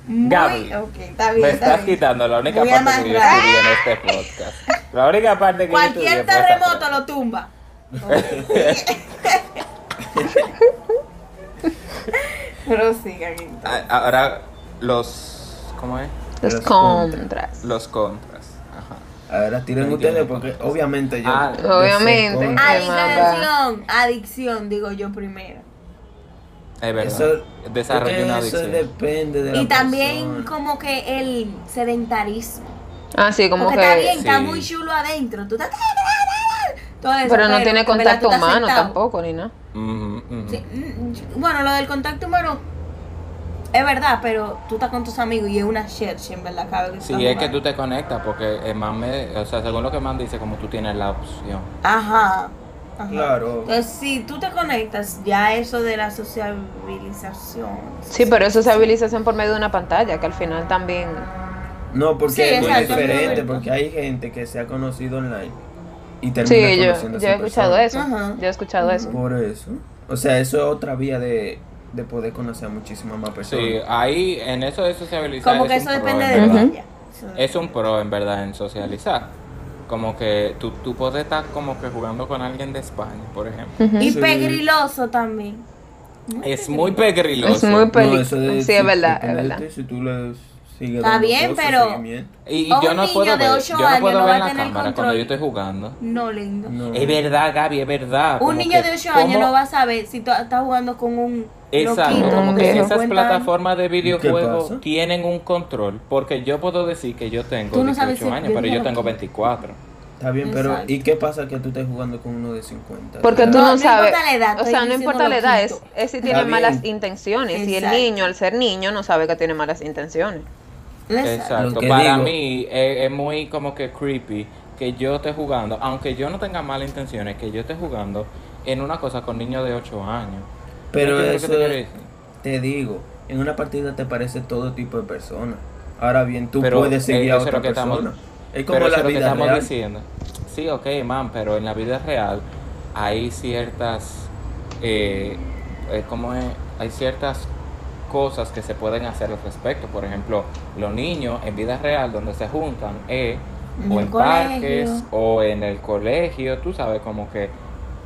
[SPEAKER 3] muy-
[SPEAKER 2] Gaby,
[SPEAKER 3] ok, está bien,
[SPEAKER 2] Me
[SPEAKER 3] está
[SPEAKER 2] estás
[SPEAKER 3] bien.
[SPEAKER 2] quitando la única
[SPEAKER 3] Muy
[SPEAKER 2] parte que yo
[SPEAKER 3] amarrada.
[SPEAKER 2] estudié en este podcast. La única parte que yo estudié
[SPEAKER 3] Cualquier
[SPEAKER 2] fue esa
[SPEAKER 3] terremoto
[SPEAKER 2] parte.
[SPEAKER 3] lo tumba. Pero sigan entonces.
[SPEAKER 2] A- Ah, Ahora, los. ¿Cómo es?
[SPEAKER 5] Los
[SPEAKER 4] Los
[SPEAKER 5] contras.
[SPEAKER 2] Los contras. Ajá.
[SPEAKER 4] Ahora tiren
[SPEAKER 2] No
[SPEAKER 4] ustedes
[SPEAKER 2] entiendo.
[SPEAKER 4] porque obviamente yo.
[SPEAKER 2] Ah,
[SPEAKER 4] yo sé
[SPEAKER 5] obviamente. Ah.
[SPEAKER 4] cómo-
[SPEAKER 5] Ay,
[SPEAKER 3] Adicción, adicción, digo yo primero.
[SPEAKER 2] Es verdad.
[SPEAKER 4] Eso,
[SPEAKER 2] Desarrollé una
[SPEAKER 4] eso
[SPEAKER 2] adicción.
[SPEAKER 4] depende de la
[SPEAKER 3] Y también
[SPEAKER 4] persona.
[SPEAKER 3] como que el sedentarismo.
[SPEAKER 5] Ah, sí, como
[SPEAKER 3] Porque
[SPEAKER 5] que.
[SPEAKER 3] está bien, está
[SPEAKER 2] Sí.
[SPEAKER 3] muy chulo adentro. Tú estás... Todo eso,
[SPEAKER 5] Pero no tiene
[SPEAKER 3] en verdad
[SPEAKER 5] contacto
[SPEAKER 3] tú estás
[SPEAKER 5] humano
[SPEAKER 3] sentado.
[SPEAKER 5] tampoco, ni nada.
[SPEAKER 2] Ujú, ujú.
[SPEAKER 3] Sí, mm, Bueno, lo del contacto humano es verdad, pero tú estás con tus amigos y es una shit, en verdad, cada vez que
[SPEAKER 2] Sí,
[SPEAKER 3] estás
[SPEAKER 2] es que tú
[SPEAKER 3] jugando.
[SPEAKER 2] te conectas porque el man me, o sea, según lo que man dice, como tú tienes la opción.
[SPEAKER 3] Ajá. ajá.
[SPEAKER 4] Claro.
[SPEAKER 3] Entonces, si tú te conectas, ya eso de la sociabilización.
[SPEAKER 5] Sí, pero eso es habilización por medio de una pantalla, que al final también.
[SPEAKER 4] No, porque
[SPEAKER 3] Sí,
[SPEAKER 4] es muy
[SPEAKER 3] exacto,
[SPEAKER 4] diferente,
[SPEAKER 3] exacto.
[SPEAKER 4] porque hay gente que se ha conocido online y termina
[SPEAKER 5] Sí, yo,
[SPEAKER 4] conociendo a
[SPEAKER 5] yo
[SPEAKER 4] esa
[SPEAKER 5] he escuchado
[SPEAKER 4] persona.
[SPEAKER 5] eso.
[SPEAKER 3] Ajá.
[SPEAKER 5] Yo he escuchado eso.
[SPEAKER 4] Por eso. O sea, eso es otra vía de, de poder conocer a muchísimas más personas.
[SPEAKER 2] Sí, ahí en eso de socializar.
[SPEAKER 3] Como
[SPEAKER 2] es
[SPEAKER 3] que
[SPEAKER 2] un
[SPEAKER 3] eso
[SPEAKER 2] pro,
[SPEAKER 3] depende
[SPEAKER 2] en
[SPEAKER 3] de
[SPEAKER 2] verdad.
[SPEAKER 5] Ujú.
[SPEAKER 3] ella. Eso
[SPEAKER 2] Es un pro en verdad en socializar. Como que tú, tú puedes estar como que jugando con alguien de España, por ejemplo.
[SPEAKER 5] Ujú.
[SPEAKER 3] Y
[SPEAKER 4] Sí.
[SPEAKER 3] pegriloso también.
[SPEAKER 2] Es muy pegriloso.
[SPEAKER 5] Es muy
[SPEAKER 4] No,
[SPEAKER 5] peli.
[SPEAKER 4] eso de-
[SPEAKER 5] sí, es verdad, es
[SPEAKER 4] depende de
[SPEAKER 5] verdad.
[SPEAKER 4] ti, si tú le sigues
[SPEAKER 3] Está
[SPEAKER 4] dando
[SPEAKER 3] bien,
[SPEAKER 4] cosas,
[SPEAKER 3] pero-
[SPEAKER 4] seguimiento.
[SPEAKER 2] Y
[SPEAKER 3] O
[SPEAKER 2] yo
[SPEAKER 3] un
[SPEAKER 2] no
[SPEAKER 3] niño
[SPEAKER 2] puedo
[SPEAKER 3] de
[SPEAKER 2] ver,
[SPEAKER 3] ocho
[SPEAKER 2] yo no
[SPEAKER 3] años
[SPEAKER 2] puedo
[SPEAKER 3] no
[SPEAKER 2] ver
[SPEAKER 3] va a
[SPEAKER 2] en la
[SPEAKER 3] tener
[SPEAKER 2] cámara cuando
[SPEAKER 3] control.
[SPEAKER 2] yo estoy jugando.
[SPEAKER 3] No lindo.
[SPEAKER 4] No.
[SPEAKER 2] Es verdad, Gaby, es verdad. como
[SPEAKER 3] Un niño
[SPEAKER 2] que
[SPEAKER 3] de 8
[SPEAKER 2] cómo-
[SPEAKER 3] años no va a saber si tú estás jugando con un
[SPEAKER 2] Exacto,
[SPEAKER 3] loquito
[SPEAKER 2] como
[SPEAKER 5] un
[SPEAKER 2] que
[SPEAKER 5] viejo.
[SPEAKER 3] de
[SPEAKER 2] esas
[SPEAKER 3] 50
[SPEAKER 2] plataformas de
[SPEAKER 4] pasa?
[SPEAKER 2] videojuegos tienen un control, porque yo puedo decir que yo tengo
[SPEAKER 3] Tú no sabes
[SPEAKER 2] 18
[SPEAKER 3] si-
[SPEAKER 2] años,
[SPEAKER 3] yo
[SPEAKER 2] pero yo
[SPEAKER 3] dijeron
[SPEAKER 2] tengo
[SPEAKER 3] que-
[SPEAKER 2] 24.
[SPEAKER 4] Está bien, pero
[SPEAKER 3] Exacto.
[SPEAKER 4] ¿y qué pasa que tú estés jugando con uno de 50?
[SPEAKER 5] Porque tú
[SPEAKER 3] No,
[SPEAKER 5] no,
[SPEAKER 3] no
[SPEAKER 5] sabes.
[SPEAKER 3] importa la edad,
[SPEAKER 5] o
[SPEAKER 3] estoy
[SPEAKER 5] sea, no
[SPEAKER 3] diciendo
[SPEAKER 5] importa la
[SPEAKER 3] lo
[SPEAKER 5] edad, es,
[SPEAKER 3] quito.
[SPEAKER 5] es si
[SPEAKER 4] Está
[SPEAKER 5] tiene
[SPEAKER 4] bien.
[SPEAKER 5] malas intenciones. Y el
[SPEAKER 3] Exacto.
[SPEAKER 5] niño, al ser niño, no sabe que tiene malas intenciones.
[SPEAKER 3] años. Exacto.
[SPEAKER 2] Exacto,
[SPEAKER 4] que
[SPEAKER 2] para
[SPEAKER 4] digo-
[SPEAKER 2] mí es, es muy como que creepy que yo esté jugando, aunque yo no tenga malas intenciones, que yo esté jugando en una cosa con niños de 8 años.
[SPEAKER 4] Pero
[SPEAKER 2] ¿Entiendes
[SPEAKER 4] eso
[SPEAKER 2] lo que te quiero decir?
[SPEAKER 4] te digo, en una partida te parece todo tipo de personas. Ahora bien, tú
[SPEAKER 2] Pero,
[SPEAKER 4] puedes seguir
[SPEAKER 2] eh,
[SPEAKER 4] a
[SPEAKER 2] eso es
[SPEAKER 4] otra
[SPEAKER 2] lo que estamos-
[SPEAKER 4] persona. Es como
[SPEAKER 2] Pero eso
[SPEAKER 4] la
[SPEAKER 2] es lo que
[SPEAKER 4] vida
[SPEAKER 2] estamos
[SPEAKER 4] real.
[SPEAKER 2] diciendo. Sí, ok, man, pero en la vida real hay ciertas. Eh, eh, ¿cómo es? Hay ciertas cosas que se pueden hacer al respecto. Por ejemplo, los niños en vida real, donde se juntan, eh,
[SPEAKER 3] En
[SPEAKER 2] o
[SPEAKER 3] el
[SPEAKER 2] en parques,
[SPEAKER 3] colegio.
[SPEAKER 2] o en el colegio, tú sabes, como que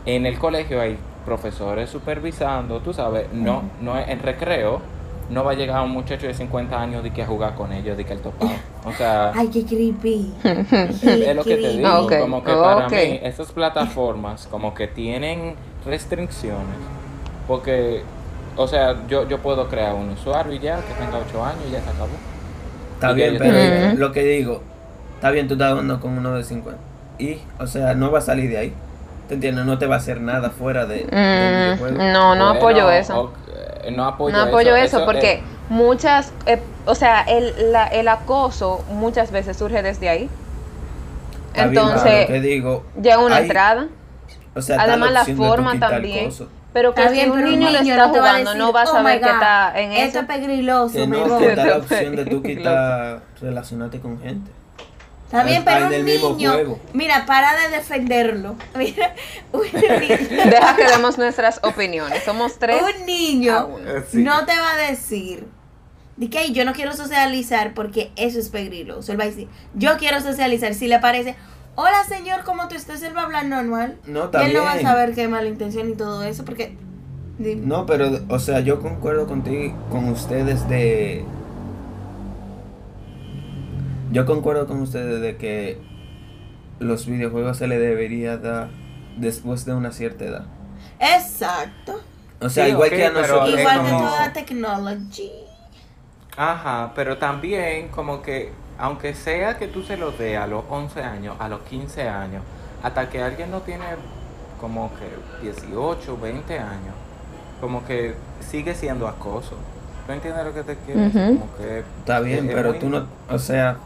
[SPEAKER 2] en el colegio hay profesores supervisando, tú sabes, no, no es- en recreo. No va a llegar un muchacho de 50 años de que a jugar con ellos, de que el topado. O sea,
[SPEAKER 3] Ay, qué creepy.
[SPEAKER 2] es lo que te digo,
[SPEAKER 5] Ah, Ok,
[SPEAKER 2] como que para
[SPEAKER 5] ok.
[SPEAKER 2] mí esas plataformas como que tienen restricciones, porque, o sea, yo, yo puedo crear un usuario y ya, que tenga 8 años y ya se acabó.
[SPEAKER 4] Está
[SPEAKER 2] Y
[SPEAKER 4] bien,
[SPEAKER 2] que yo
[SPEAKER 4] pero
[SPEAKER 5] te-
[SPEAKER 4] lo que digo, está bien, tú estás jugando con uno de 50. Y, o sea, no va a salir de ahí. ¿Te entiendes? No te va a hacer nada fuera de, del
[SPEAKER 5] Mm,
[SPEAKER 4] videojuego.
[SPEAKER 5] no, no
[SPEAKER 2] Bueno,
[SPEAKER 5] apoyo eso.
[SPEAKER 2] ok, eh, no apoyo
[SPEAKER 5] No apoyo eso,
[SPEAKER 2] es-
[SPEAKER 5] porque muchas, eh, o sea, el, la- el acoso muchas veces surge desde ahí.
[SPEAKER 4] Está bien,
[SPEAKER 5] Entonces,
[SPEAKER 4] claro, te digo,
[SPEAKER 5] llega una
[SPEAKER 4] hay-
[SPEAKER 5] entrada.
[SPEAKER 4] o sea, está
[SPEAKER 5] Además la
[SPEAKER 4] opción de tú
[SPEAKER 5] forma
[SPEAKER 4] quitar
[SPEAKER 5] también.
[SPEAKER 4] cosas.
[SPEAKER 5] Pero que
[SPEAKER 3] Está
[SPEAKER 5] si
[SPEAKER 3] bien,
[SPEAKER 5] un
[SPEAKER 3] pero
[SPEAKER 5] niño, le
[SPEAKER 3] niño
[SPEAKER 5] está
[SPEAKER 3] no te va a
[SPEAKER 5] jugando,
[SPEAKER 3] decir,
[SPEAKER 5] no va a
[SPEAKER 3] "Oh my
[SPEAKER 5] saber que
[SPEAKER 3] God,
[SPEAKER 5] está en
[SPEAKER 3] Esto
[SPEAKER 5] eso.
[SPEAKER 3] es peligroso,
[SPEAKER 4] Que
[SPEAKER 3] mi
[SPEAKER 4] no,
[SPEAKER 3] amor.
[SPEAKER 4] que está
[SPEAKER 5] te
[SPEAKER 4] la
[SPEAKER 5] voy.
[SPEAKER 4] opción de tú quitar, relacionarte con gente.
[SPEAKER 3] Está bien,
[SPEAKER 4] Está
[SPEAKER 3] pero
[SPEAKER 4] en el
[SPEAKER 3] un
[SPEAKER 4] mismo
[SPEAKER 3] niño.
[SPEAKER 4] juego.
[SPEAKER 3] Mira, para de defenderlo. Mira, un niño.
[SPEAKER 5] Deja que demos nuestras opiniones. Somos tres.
[SPEAKER 3] un niño
[SPEAKER 5] Ah, bueno.
[SPEAKER 2] Eh, Sí.
[SPEAKER 3] no te va a decir de que "Ay, yo no quiero socializar porque eso es peligroso. Él va a decir, yo quiero socializar. Si le parece, hola señor, ¿cómo tú estás? Él va a hablar normal.
[SPEAKER 4] No,
[SPEAKER 3] Y
[SPEAKER 4] está
[SPEAKER 3] él no va a
[SPEAKER 4] bien.
[SPEAKER 3] saber qué mala intención y todo eso porque... Dime.
[SPEAKER 4] No, pero, o sea, yo concuerdo contigo, con ustedes de... Yo concuerdo con ustedes de que los videojuegos se le debería dar después de una cierta edad.
[SPEAKER 3] Exacto.
[SPEAKER 4] O sea,
[SPEAKER 2] Sí,
[SPEAKER 4] igual
[SPEAKER 2] ok,
[SPEAKER 4] que a
[SPEAKER 2] pero
[SPEAKER 4] nosotros.
[SPEAKER 2] es
[SPEAKER 3] Igual que
[SPEAKER 2] como-
[SPEAKER 3] toda tecnología.
[SPEAKER 2] Ajá, pero también como que, aunque sea que tú se lo dé a los 11 años, a los 15 años, hasta que alguien no tiene como que 18, 20 años, como que sigue siendo acoso. ¿Tú entiendes lo que te quiero decir?
[SPEAKER 5] Ujú.
[SPEAKER 2] Como que
[SPEAKER 4] Está bien,
[SPEAKER 2] es- es
[SPEAKER 4] pero
[SPEAKER 2] muy-
[SPEAKER 4] tú no, o sea,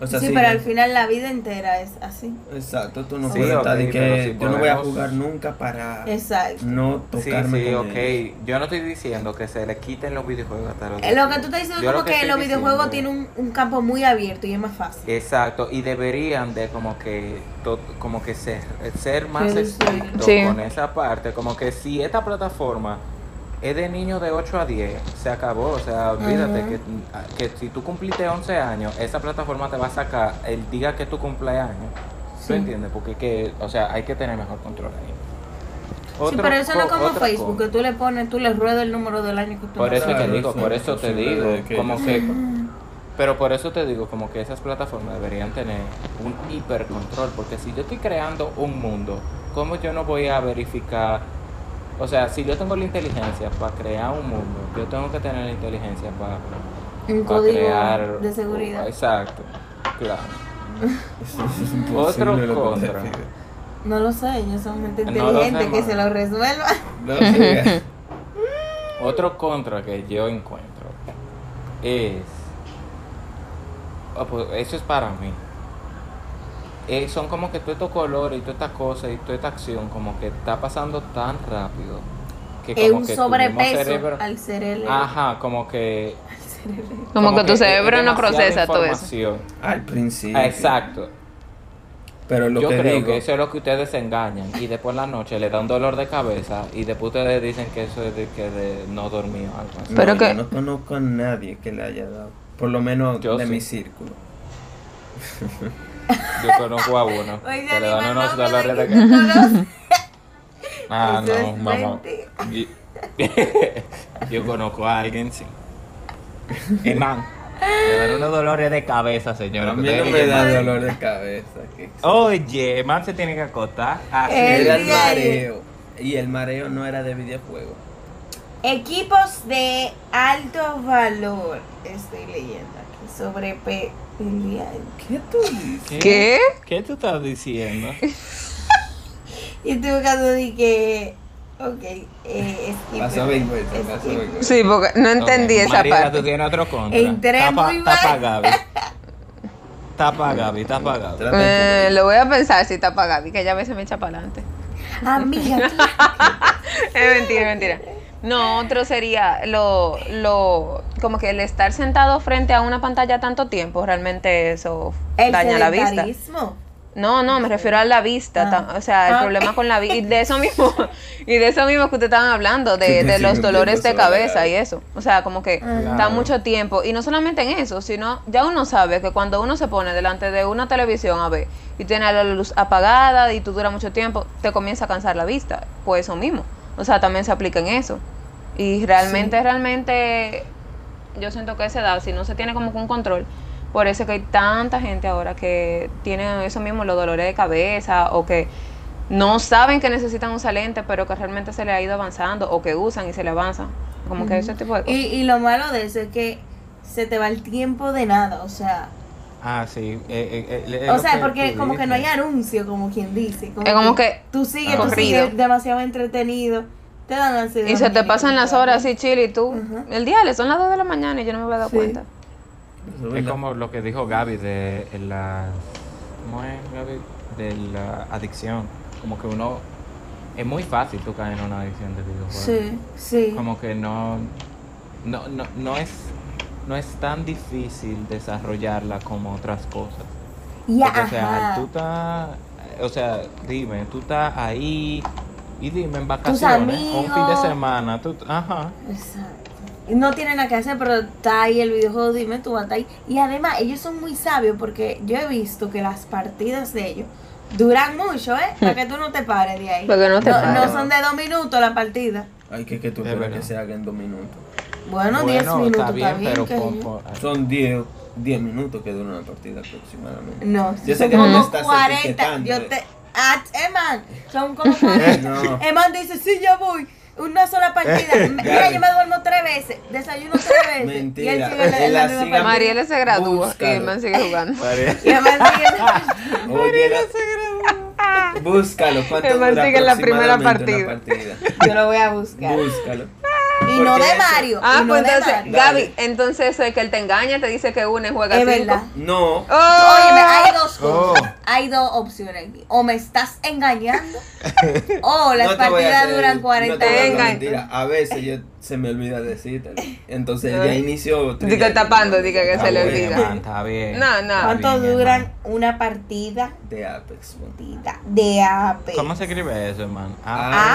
[SPEAKER 4] o sea,
[SPEAKER 3] sí, pero al final la vida entera es así.
[SPEAKER 4] Exacto, tú no
[SPEAKER 2] Sí,
[SPEAKER 4] puedes estar
[SPEAKER 2] ok,
[SPEAKER 4] de
[SPEAKER 2] pero
[SPEAKER 4] que
[SPEAKER 2] si
[SPEAKER 4] yo no voy a
[SPEAKER 2] podemos-
[SPEAKER 4] jugar nunca para
[SPEAKER 3] Exacto.
[SPEAKER 4] no
[SPEAKER 2] Sí,
[SPEAKER 4] tocarme
[SPEAKER 2] sí,
[SPEAKER 4] con
[SPEAKER 2] ok.
[SPEAKER 4] ellos.
[SPEAKER 2] Yo no estoy diciendo que se le quiten los videojuegos hasta los
[SPEAKER 3] Eh, Lo que
[SPEAKER 2] 18.
[SPEAKER 3] tú estás diciendo
[SPEAKER 2] Yo lo
[SPEAKER 3] es como que,
[SPEAKER 2] estoy
[SPEAKER 3] los
[SPEAKER 2] diciendo-
[SPEAKER 3] videojuegos tienen un, un campo muy abierto y es más fácil.
[SPEAKER 2] Exacto, y deberían de como que to- como que ser, ser más
[SPEAKER 3] Sí, sí.
[SPEAKER 2] estrictos
[SPEAKER 5] Sí.
[SPEAKER 2] con esa parte, como que si esta plataforma es de niños de 8 a 10, se acabó, o sea, olvídate que, que si tú cumpliste 11 años, esa plataforma te va a sacar el día que tú cumples años. ¿Tú
[SPEAKER 3] Sí.
[SPEAKER 2] entiendes? Porque que, o sea, hay que tener mejor control ahí.
[SPEAKER 3] sí,
[SPEAKER 2] Otro
[SPEAKER 3] pero eso no es
[SPEAKER 2] co-
[SPEAKER 3] como
[SPEAKER 2] otra
[SPEAKER 3] Facebook,
[SPEAKER 2] cosa.
[SPEAKER 3] que tú le pones, tú le ruedas el número del año que tú Mm,
[SPEAKER 2] Por eso
[SPEAKER 3] naces.
[SPEAKER 4] Claro,
[SPEAKER 2] te digo,
[SPEAKER 4] sí,
[SPEAKER 2] por eso te
[SPEAKER 4] sí,
[SPEAKER 2] digo,
[SPEAKER 4] desde que
[SPEAKER 2] como
[SPEAKER 4] yo
[SPEAKER 2] que, pero por eso te digo, como que esas plataformas deberían tener un hipercontrol, porque si yo estoy creando un mundo, ¿cómo yo no voy a verificar? O sea, si yo tengo la inteligencia para crear un mundo, yo tengo que tener la inteligencia para,
[SPEAKER 3] Un
[SPEAKER 2] para
[SPEAKER 3] código
[SPEAKER 2] crear
[SPEAKER 3] de seguridad.
[SPEAKER 2] Exacto, claro.
[SPEAKER 4] Es imposible
[SPEAKER 2] Otro
[SPEAKER 4] lo que te
[SPEAKER 2] contra.
[SPEAKER 4] digo.
[SPEAKER 3] No lo sé, ellos son gente
[SPEAKER 2] No lo sé,
[SPEAKER 3] inteligente que se lo
[SPEAKER 2] mano.
[SPEAKER 3] resuelva.
[SPEAKER 4] No, sí,
[SPEAKER 2] Otro contra que yo encuentro es. oh, pues, eso es para mí. Eh, son como que todos estos colores y todas estas cosas y toda esta acción, como que está pasando tan rápido. Que
[SPEAKER 3] Es
[SPEAKER 2] como
[SPEAKER 3] un
[SPEAKER 2] que tu mismo
[SPEAKER 3] sobrepeso
[SPEAKER 2] cerebro- Ah.
[SPEAKER 3] al cerebro.
[SPEAKER 2] Ajá, como que.
[SPEAKER 5] Como, que tu
[SPEAKER 2] es- es
[SPEAKER 5] cerebro no
[SPEAKER 2] demasiada
[SPEAKER 5] procesa todo eso.
[SPEAKER 2] información.
[SPEAKER 4] Al principio.
[SPEAKER 2] Ah, Exacto.
[SPEAKER 4] Pero lo
[SPEAKER 2] Yo
[SPEAKER 4] que
[SPEAKER 2] creo
[SPEAKER 4] digo,
[SPEAKER 2] que eso es lo que ustedes se engañan y después en la noche le dan dolor de cabeza y después ustedes dicen que eso es de que de no dormir o algo así.
[SPEAKER 4] no,
[SPEAKER 5] Pero
[SPEAKER 4] yo
[SPEAKER 5] que-
[SPEAKER 4] no conozco a nadie que le haya dado, por lo menos
[SPEAKER 2] Yo
[SPEAKER 4] de
[SPEAKER 2] sí.
[SPEAKER 4] mi círculo.
[SPEAKER 2] Yo conozco a uno. que le dan unos dolores de cabeza.
[SPEAKER 3] cabeza.
[SPEAKER 2] Ah,
[SPEAKER 3] Eso
[SPEAKER 2] no,
[SPEAKER 3] es
[SPEAKER 2] mamá.
[SPEAKER 3] mentira.
[SPEAKER 2] Yo, yo conozco a alguien, sí. Imán. Le dan unos dolores de cabeza, señora.
[SPEAKER 4] a mí no me da dolor de cabeza. que-
[SPEAKER 2] Oh, Oye, Imán se tiene que acostar. Ah, Así
[SPEAKER 3] El
[SPEAKER 4] Era el
[SPEAKER 3] día
[SPEAKER 4] mareo. Y el mareo no era de videojuego.
[SPEAKER 3] Equipos de alto valor. Estoy leyendo aquí sobre pe- pelea.
[SPEAKER 4] ¿Qué tú dices?
[SPEAKER 5] ¿Qué?
[SPEAKER 2] ¿Qué tú estás diciendo?
[SPEAKER 3] Y estoy buscando de que. Ok, eh, skip.
[SPEAKER 4] Pasó vergüenza,
[SPEAKER 3] skip.
[SPEAKER 4] pasó vergüenza.
[SPEAKER 5] Sí, porque no entendí
[SPEAKER 2] Ok,
[SPEAKER 5] esa
[SPEAKER 2] Mariela, tú
[SPEAKER 5] parte.
[SPEAKER 2] tienes otro contra.
[SPEAKER 3] Entré
[SPEAKER 2] tapa,
[SPEAKER 3] muy
[SPEAKER 2] Tapa
[SPEAKER 3] mal.
[SPEAKER 2] Gaby. Tapa Gaby, tapa Gaby.
[SPEAKER 4] Trata de
[SPEAKER 5] Eh, lo voy a pensar si está para Gaby, que ella a veces me echa para adelante.
[SPEAKER 3] Amiga, claro.
[SPEAKER 5] Es mentira, es mentira. No, otro sería lo, lo, como que el estar sentado frente a una pantalla tanto tiempo, realmente eso
[SPEAKER 3] El
[SPEAKER 5] daña la vista.
[SPEAKER 3] sedentarismo.
[SPEAKER 5] No, no, me refiero a la vista,
[SPEAKER 3] Ah.
[SPEAKER 5] tam- o sea, el
[SPEAKER 3] Ah,
[SPEAKER 5] problema
[SPEAKER 3] ok.
[SPEAKER 5] con la vista, y de eso mismo, y de eso mismo que ustedes estaban hablando, de,
[SPEAKER 4] Sí,
[SPEAKER 5] de
[SPEAKER 4] sí,
[SPEAKER 5] los
[SPEAKER 4] me
[SPEAKER 5] dolores de
[SPEAKER 4] entiendo, eso es
[SPEAKER 5] cabeza
[SPEAKER 4] verdad.
[SPEAKER 5] y eso, o sea, como que
[SPEAKER 3] Claro.
[SPEAKER 5] está mucho tiempo, y no solamente en eso, sino ya uno sabe que cuando uno se pone delante de una televisión a ver, y tiene la luz apagada, y tú dura mucho tiempo, te comienza a cansar la vista, pues eso mismo, o sea, también se aplica en eso, y realmente, realmente, yo siento que a esa edad, si no se tiene como que un control, por eso que hay tanta gente ahora que tiene eso mismo, los dolores de cabeza o que no saben que necesitan un lente, pero que realmente se le ha ido avanzando o que usan y se le avanza. Como que ese tipo de
[SPEAKER 3] Y,
[SPEAKER 5] cosas.
[SPEAKER 3] y lo malo de eso es que se te va el tiempo de nada, o sea,
[SPEAKER 2] Ah, sí. eh, eh, eh, es
[SPEAKER 3] o
[SPEAKER 2] lo
[SPEAKER 3] sea,
[SPEAKER 2] que
[SPEAKER 3] porque
[SPEAKER 2] tú
[SPEAKER 3] como que no hay
[SPEAKER 2] dices.
[SPEAKER 3] anuncio, como quien dice,
[SPEAKER 5] Es como que
[SPEAKER 3] tú sigues, tú
[SPEAKER 2] corrido.
[SPEAKER 3] sigues demasiado entretenido Te dan ansiedad.
[SPEAKER 5] Y se te pasan las horas así chile y tú.
[SPEAKER 3] Ajá.
[SPEAKER 5] El diario son las 2 de la mañana y yo no me había dado
[SPEAKER 3] Sí.
[SPEAKER 5] cuenta.
[SPEAKER 4] Eso
[SPEAKER 2] Es
[SPEAKER 4] verdad.
[SPEAKER 2] como lo que dijo Gaby de la. ¿Cómo es, Gaby? De la adicción. Como que uno. Es muy fácil tú caer en una adicción de videojuegos.
[SPEAKER 3] Sí, sí.
[SPEAKER 2] Como que no. No, no, no es. No es tan difícil desarrollarla como otras cosas.
[SPEAKER 3] Y
[SPEAKER 2] Porque, o sea,
[SPEAKER 3] ajá.
[SPEAKER 2] tú estás. O sea, dime, tú estás ahí. Y dime, en
[SPEAKER 3] Tus
[SPEAKER 2] vacaciones. o Un fin de
[SPEAKER 3] amigos.
[SPEAKER 2] semana. Tú, ajá.
[SPEAKER 3] Exacto. Y No tiene nada que hacer, pero está ahí el videojuego, dime tú, está ahí. Y además, ellos son muy sabios porque yo he visto que las partidas de ellos duran mucho, ¿eh? Para que tú no te pares de ahí.
[SPEAKER 5] Porque no te
[SPEAKER 3] no,
[SPEAKER 5] pares.
[SPEAKER 3] no son de dos minutos la partida.
[SPEAKER 4] Ay, que, que tú
[SPEAKER 2] Es
[SPEAKER 4] esperas
[SPEAKER 2] verdad.
[SPEAKER 4] que se haga en dos minutos.
[SPEAKER 3] Bueno, 10 minutos
[SPEAKER 2] está bien, pero
[SPEAKER 3] qué
[SPEAKER 2] pon-
[SPEAKER 3] sé yo.
[SPEAKER 2] pon-
[SPEAKER 4] Son 10 10 minutos que dura una partida aproximadamente.
[SPEAKER 3] No,
[SPEAKER 4] Yo sé
[SPEAKER 3] son
[SPEAKER 4] que tú me
[SPEAKER 3] como
[SPEAKER 4] estás
[SPEAKER 3] 40.
[SPEAKER 4] etiquetando,
[SPEAKER 3] Yo
[SPEAKER 4] eh.
[SPEAKER 3] te. Ah, Eman, son como 40.
[SPEAKER 4] No.
[SPEAKER 3] Eman dice, sí, yo voy. Una sola partida. Mira,
[SPEAKER 4] Gaby.
[SPEAKER 3] yo me duermo tres veces, desayuno tres veces.
[SPEAKER 4] Mentira.
[SPEAKER 3] Y él sigue en la- en la
[SPEAKER 4] Él
[SPEAKER 3] misma
[SPEAKER 4] hacía-
[SPEAKER 3] partida.
[SPEAKER 5] Mariela se gradúa
[SPEAKER 4] Búscalo.
[SPEAKER 5] y el man sigue jugando.
[SPEAKER 3] Y Eman sigue-
[SPEAKER 4] Oye, la- búscalo. ¿Cuánto
[SPEAKER 5] El man
[SPEAKER 4] dura
[SPEAKER 5] sigue en la primera
[SPEAKER 4] aproximadamente una partida?
[SPEAKER 3] Yo lo voy a buscar.
[SPEAKER 4] Búscalo.
[SPEAKER 3] Y no
[SPEAKER 4] Porque
[SPEAKER 3] de
[SPEAKER 4] eso-
[SPEAKER 3] Mario.
[SPEAKER 5] Ah,
[SPEAKER 3] y no
[SPEAKER 5] pues
[SPEAKER 3] de
[SPEAKER 5] entonces,
[SPEAKER 3] Mario.
[SPEAKER 5] Gaby, entonces eso es que él te engaña, te dice que une, juega
[SPEAKER 3] Es
[SPEAKER 5] cinco.
[SPEAKER 3] verdad.
[SPEAKER 4] No.
[SPEAKER 5] ¡Oh!
[SPEAKER 3] Oye, hay dos
[SPEAKER 2] Oh.
[SPEAKER 3] cosas. Hay dos opciones. aquí. O me estás engañando. o las
[SPEAKER 4] no te voy a
[SPEAKER 3] partidas
[SPEAKER 4] hacer-
[SPEAKER 3] duran
[SPEAKER 4] no te voy a
[SPEAKER 3] 40
[SPEAKER 4] hacer
[SPEAKER 5] Venga.
[SPEAKER 4] mentira. A veces yo, se me olvida decírtelo. Entonces
[SPEAKER 5] Ay.
[SPEAKER 4] ya Ah, inició.
[SPEAKER 5] Digo, tapando, digo, que se le
[SPEAKER 2] bien,
[SPEAKER 5] olvida.
[SPEAKER 2] man, Está bien.
[SPEAKER 5] No, no.
[SPEAKER 2] Está
[SPEAKER 3] ¿Cuánto
[SPEAKER 2] bien,
[SPEAKER 3] duran
[SPEAKER 2] hermano.
[SPEAKER 3] una partida
[SPEAKER 4] De Apex. bueno.
[SPEAKER 3] partida de AP?
[SPEAKER 2] ¿Cómo se escribe eso, hermano?
[SPEAKER 4] Ah.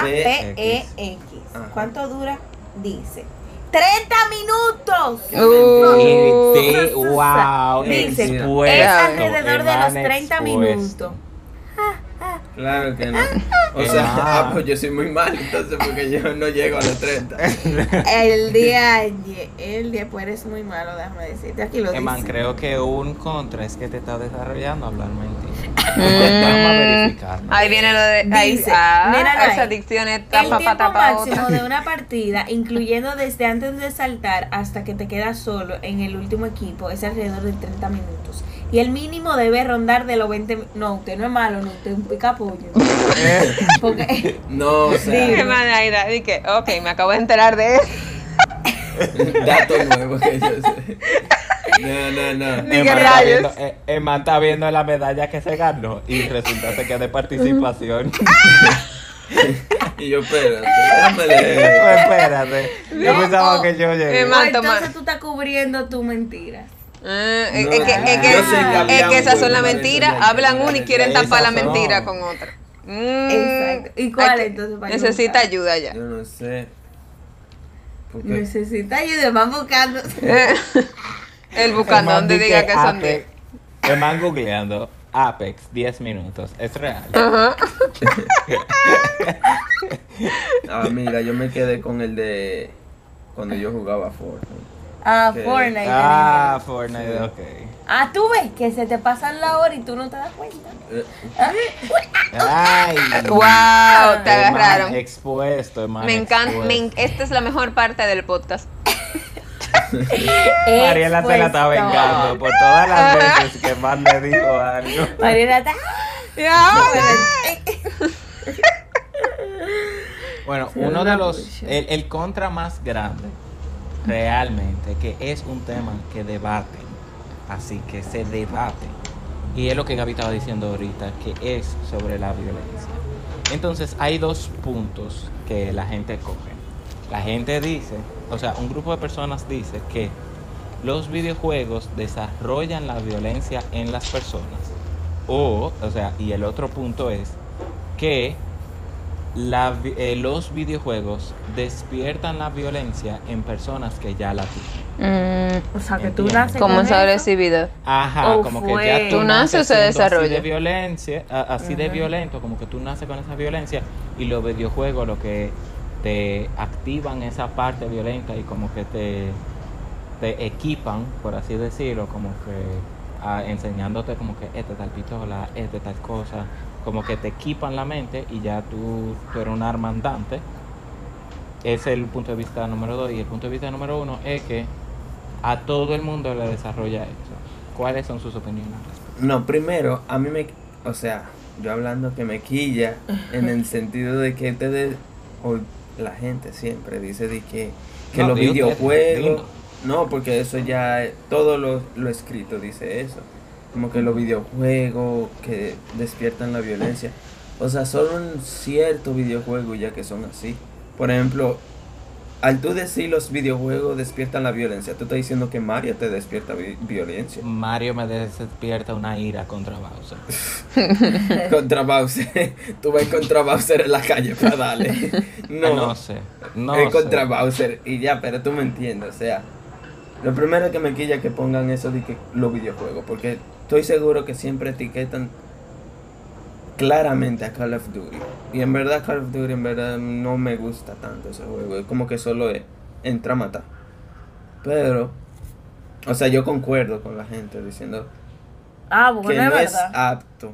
[SPEAKER 2] Ah,
[SPEAKER 3] APEX.
[SPEAKER 4] Ajá.
[SPEAKER 3] ¿Cuánto dura? Dice. 30 minutos.
[SPEAKER 5] Uh.
[SPEAKER 2] y
[SPEAKER 3] Su-
[SPEAKER 2] de-
[SPEAKER 3] su- su-
[SPEAKER 2] wow.
[SPEAKER 3] dice,
[SPEAKER 2] expuesto,
[SPEAKER 5] es
[SPEAKER 3] alrededor de los
[SPEAKER 2] hermano
[SPEAKER 4] pues.
[SPEAKER 3] 30
[SPEAKER 2] expuesto.
[SPEAKER 3] minutos.
[SPEAKER 4] Claro que no. O
[SPEAKER 2] Ah.
[SPEAKER 4] sea, ah, pues yo soy muy mal, entonces porque yo no llego a los 30.
[SPEAKER 3] El día ayer, el día pues eres muy malo, déjame decirte. Aquí lo
[SPEAKER 2] Eman,
[SPEAKER 3] dice.
[SPEAKER 2] creo que un contra es que te está desarrollando hablar mentira.
[SPEAKER 5] Mm.
[SPEAKER 2] Vamos a verificar. ¿no?
[SPEAKER 5] Ahí viene lo de. Ahí,
[SPEAKER 3] Dice,
[SPEAKER 5] ah,
[SPEAKER 3] mira, no
[SPEAKER 5] esa
[SPEAKER 3] es.
[SPEAKER 5] adicción es
[SPEAKER 3] El
[SPEAKER 5] tapa
[SPEAKER 3] tiempo
[SPEAKER 5] pa, tapa otra.
[SPEAKER 3] máximo de una partida, incluyendo desde antes de saltar hasta que te quedas solo en el último equipo, es alrededor de 30 minutos. Y el mínimo debe rondar de los 20 mi- No, usted no es malo, no, usted es un picapollo. Porque
[SPEAKER 4] No, o sea,
[SPEAKER 5] Dime, Naira, dije, ok, me acabo de enterar de eso.
[SPEAKER 4] dato nuevo que yo sé. No, no, no.
[SPEAKER 5] Ni que
[SPEAKER 2] Eman está,
[SPEAKER 5] rayos.
[SPEAKER 2] viendo, eh, Eman está viendo la medalla que se ganó y resulta ser que de participación.
[SPEAKER 4] Y yo, pero, déjame leer.
[SPEAKER 2] Pues espérate. Yo
[SPEAKER 3] No,
[SPEAKER 2] pensaba
[SPEAKER 3] o-
[SPEAKER 2] que yo llegué.
[SPEAKER 5] Eman,
[SPEAKER 3] Ah, entonces
[SPEAKER 5] toma.
[SPEAKER 3] tú estás cubriendo tu mentira.
[SPEAKER 5] Mm, es,
[SPEAKER 4] No,
[SPEAKER 5] es que, es que,
[SPEAKER 3] yo sé que
[SPEAKER 5] es
[SPEAKER 4] había
[SPEAKER 5] que
[SPEAKER 4] un
[SPEAKER 5] esas son
[SPEAKER 4] huevo
[SPEAKER 5] las
[SPEAKER 4] adentro de
[SPEAKER 5] mentiras.
[SPEAKER 4] ahí,
[SPEAKER 5] Hablan
[SPEAKER 4] pero
[SPEAKER 5] una y
[SPEAKER 4] de
[SPEAKER 5] quieren
[SPEAKER 2] esas
[SPEAKER 5] tapar la
[SPEAKER 2] son.
[SPEAKER 5] mentira con otra. Mm,
[SPEAKER 3] Exacto. ¿Y cuál
[SPEAKER 5] hay que-
[SPEAKER 3] entonces para yo
[SPEAKER 5] Necesita
[SPEAKER 3] buscar?
[SPEAKER 5] ayuda ya.
[SPEAKER 4] Yo no sé. Porque
[SPEAKER 3] Necesita ayuda, van buscando.
[SPEAKER 5] El bucanón te diga que
[SPEAKER 4] ah,
[SPEAKER 5] son 10.
[SPEAKER 2] Apex- Eman googleando Apex 10 minutos. Es real.
[SPEAKER 4] Ah, mira, yo me quedé con el de cuando yo jugaba Fortnite.
[SPEAKER 3] Ah,
[SPEAKER 4] Ok.
[SPEAKER 3] Fortnite.
[SPEAKER 2] Ah, Fortnite, ok.
[SPEAKER 3] Ah, tú ves que se te pasan la hora y tú no te das cuenta.
[SPEAKER 4] Eh,
[SPEAKER 3] Ah,
[SPEAKER 2] Ay.
[SPEAKER 5] ¡Wow! Te
[SPEAKER 2] Eman
[SPEAKER 5] agarraron.
[SPEAKER 2] Expuesto, Eman.
[SPEAKER 5] Me encanta.
[SPEAKER 2] expuesto.
[SPEAKER 5] me en- Esta es la mejor parte del podcast.
[SPEAKER 2] Mariela se la está
[SPEAKER 3] expuesto.
[SPEAKER 2] vengando por todas las veces que más le dijo algo.
[SPEAKER 3] Mariela está.
[SPEAKER 5] Y ahora-
[SPEAKER 2] Bueno,
[SPEAKER 3] Se
[SPEAKER 2] uno
[SPEAKER 3] da
[SPEAKER 2] de
[SPEAKER 3] la
[SPEAKER 2] los.
[SPEAKER 3] bucha.
[SPEAKER 2] El, el contra más grande, realmente, que es un tema que debaten. Así que se debate. Y es lo que Gaby estaba diciendo ahorita, que es sobre la violencia. Entonces, hay dos puntos que la gente coge. La gente dice, o sea, un grupo de personas dice que los videojuegos desarrollan la violencia en las personas. O, o sea, y el otro punto es que la vi- eh, los videojuegos despiertan la violencia en personas que ya la tienen.
[SPEAKER 5] Mm,
[SPEAKER 3] O sea, que tú
[SPEAKER 2] Entiendo.
[SPEAKER 3] naces.
[SPEAKER 5] Como
[SPEAKER 3] con
[SPEAKER 5] esa
[SPEAKER 3] eso.
[SPEAKER 5] agresividad.
[SPEAKER 2] Ajá,
[SPEAKER 3] Oh,
[SPEAKER 2] como
[SPEAKER 3] fue.
[SPEAKER 2] que ya
[SPEAKER 5] Tú naces o se
[SPEAKER 2] siendo así
[SPEAKER 5] desarrolla.
[SPEAKER 2] de violencia, a- así de
[SPEAKER 3] Ajá.
[SPEAKER 2] violento, como que tú naces con esa violencia y los videojuegos lo que te activan esa parte violenta y como que te, te equipan, por así decirlo, como que a- enseñándote como que este tal pistola, este tal cosa, como que te equipan la mente y ya tú, tú eres un arma andante. Ese es el punto de vista número dos. Y el punto de vista número uno es que a todo el mundo le desarrolla esto. ¿Cuáles son sus opiniones?
[SPEAKER 4] No, primero, a mí me. O sea, yo hablando que me quilla en el sentido de que te de- o la gente siempre dice de que, que
[SPEAKER 2] No,
[SPEAKER 4] los
[SPEAKER 2] di usted,
[SPEAKER 4] videojuegos.
[SPEAKER 2] dilo.
[SPEAKER 4] No, porque eso ya, eh, todo lo, lo escrito dice eso. Como que los videojuegos que despiertan la violencia. O sea, solo en ciertos videojuegos ya que son así. Por ejemplo, al tú decir los videojuegos despiertan la violencia, tú estás diciendo que Mario te despierta vi- violencia.
[SPEAKER 2] Mm. Mario me despierta una ira contra Bowser.
[SPEAKER 4] Contra Bowser. Tú vas contra Bowser en la calle para darle. No,
[SPEAKER 2] Ah, No sé. No
[SPEAKER 4] es
[SPEAKER 2] sé.
[SPEAKER 4] contra Bowser. Y ya, pero tú me entiendes. O sea, lo primero que me quilla es que pongan eso de que los videojuegos. Porque estoy seguro que siempre etiquetan claramente a Call of Duty. Y en verdad, Call of Duty en verdad no me gusta tanto ese juego. Es como que solo es entra a matar. Pero, o sea, yo concuerdo con la gente diciendo
[SPEAKER 6] Ah,
[SPEAKER 4] que
[SPEAKER 6] bueno, es
[SPEAKER 4] no es
[SPEAKER 6] verdad.
[SPEAKER 4] apto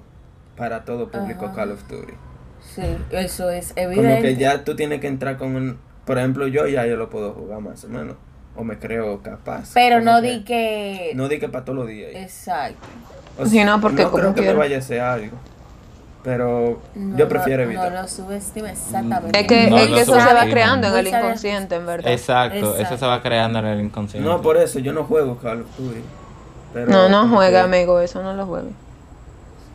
[SPEAKER 4] para todo público
[SPEAKER 6] Ajá.
[SPEAKER 4] Call of Duty.
[SPEAKER 6] Sí, eso es evidente.
[SPEAKER 4] Como que ya tú tienes que entrar con un... Por ejemplo, yo ya yo lo puedo jugar más o menos. O me creo capaz.
[SPEAKER 6] Pero
[SPEAKER 4] Como
[SPEAKER 6] no di que. Eh,
[SPEAKER 4] No di que para todos los días.
[SPEAKER 6] Exacto.
[SPEAKER 4] O
[SPEAKER 5] Sí, no, porque como
[SPEAKER 4] creo que me
[SPEAKER 5] quiera.
[SPEAKER 4] vaya a hacer algo. Pero
[SPEAKER 6] No
[SPEAKER 4] yo
[SPEAKER 6] lo-
[SPEAKER 4] prefiero
[SPEAKER 6] No
[SPEAKER 4] evitar. Mm.
[SPEAKER 6] lo subestime exactamente.
[SPEAKER 5] Es que,
[SPEAKER 2] No,
[SPEAKER 5] es
[SPEAKER 2] no
[SPEAKER 5] que eso se va
[SPEAKER 2] sabía.
[SPEAKER 5] creando en
[SPEAKER 6] No
[SPEAKER 5] el
[SPEAKER 6] sabía.
[SPEAKER 5] inconsciente, en verdad.
[SPEAKER 2] Exacto, eso
[SPEAKER 6] Exacto.
[SPEAKER 2] se va creando en el inconsciente.
[SPEAKER 4] No, por eso yo no juego Call of Duty. Pero
[SPEAKER 5] No, no
[SPEAKER 4] como
[SPEAKER 5] juega,
[SPEAKER 4] que-
[SPEAKER 5] amigo, eso no lo juegue.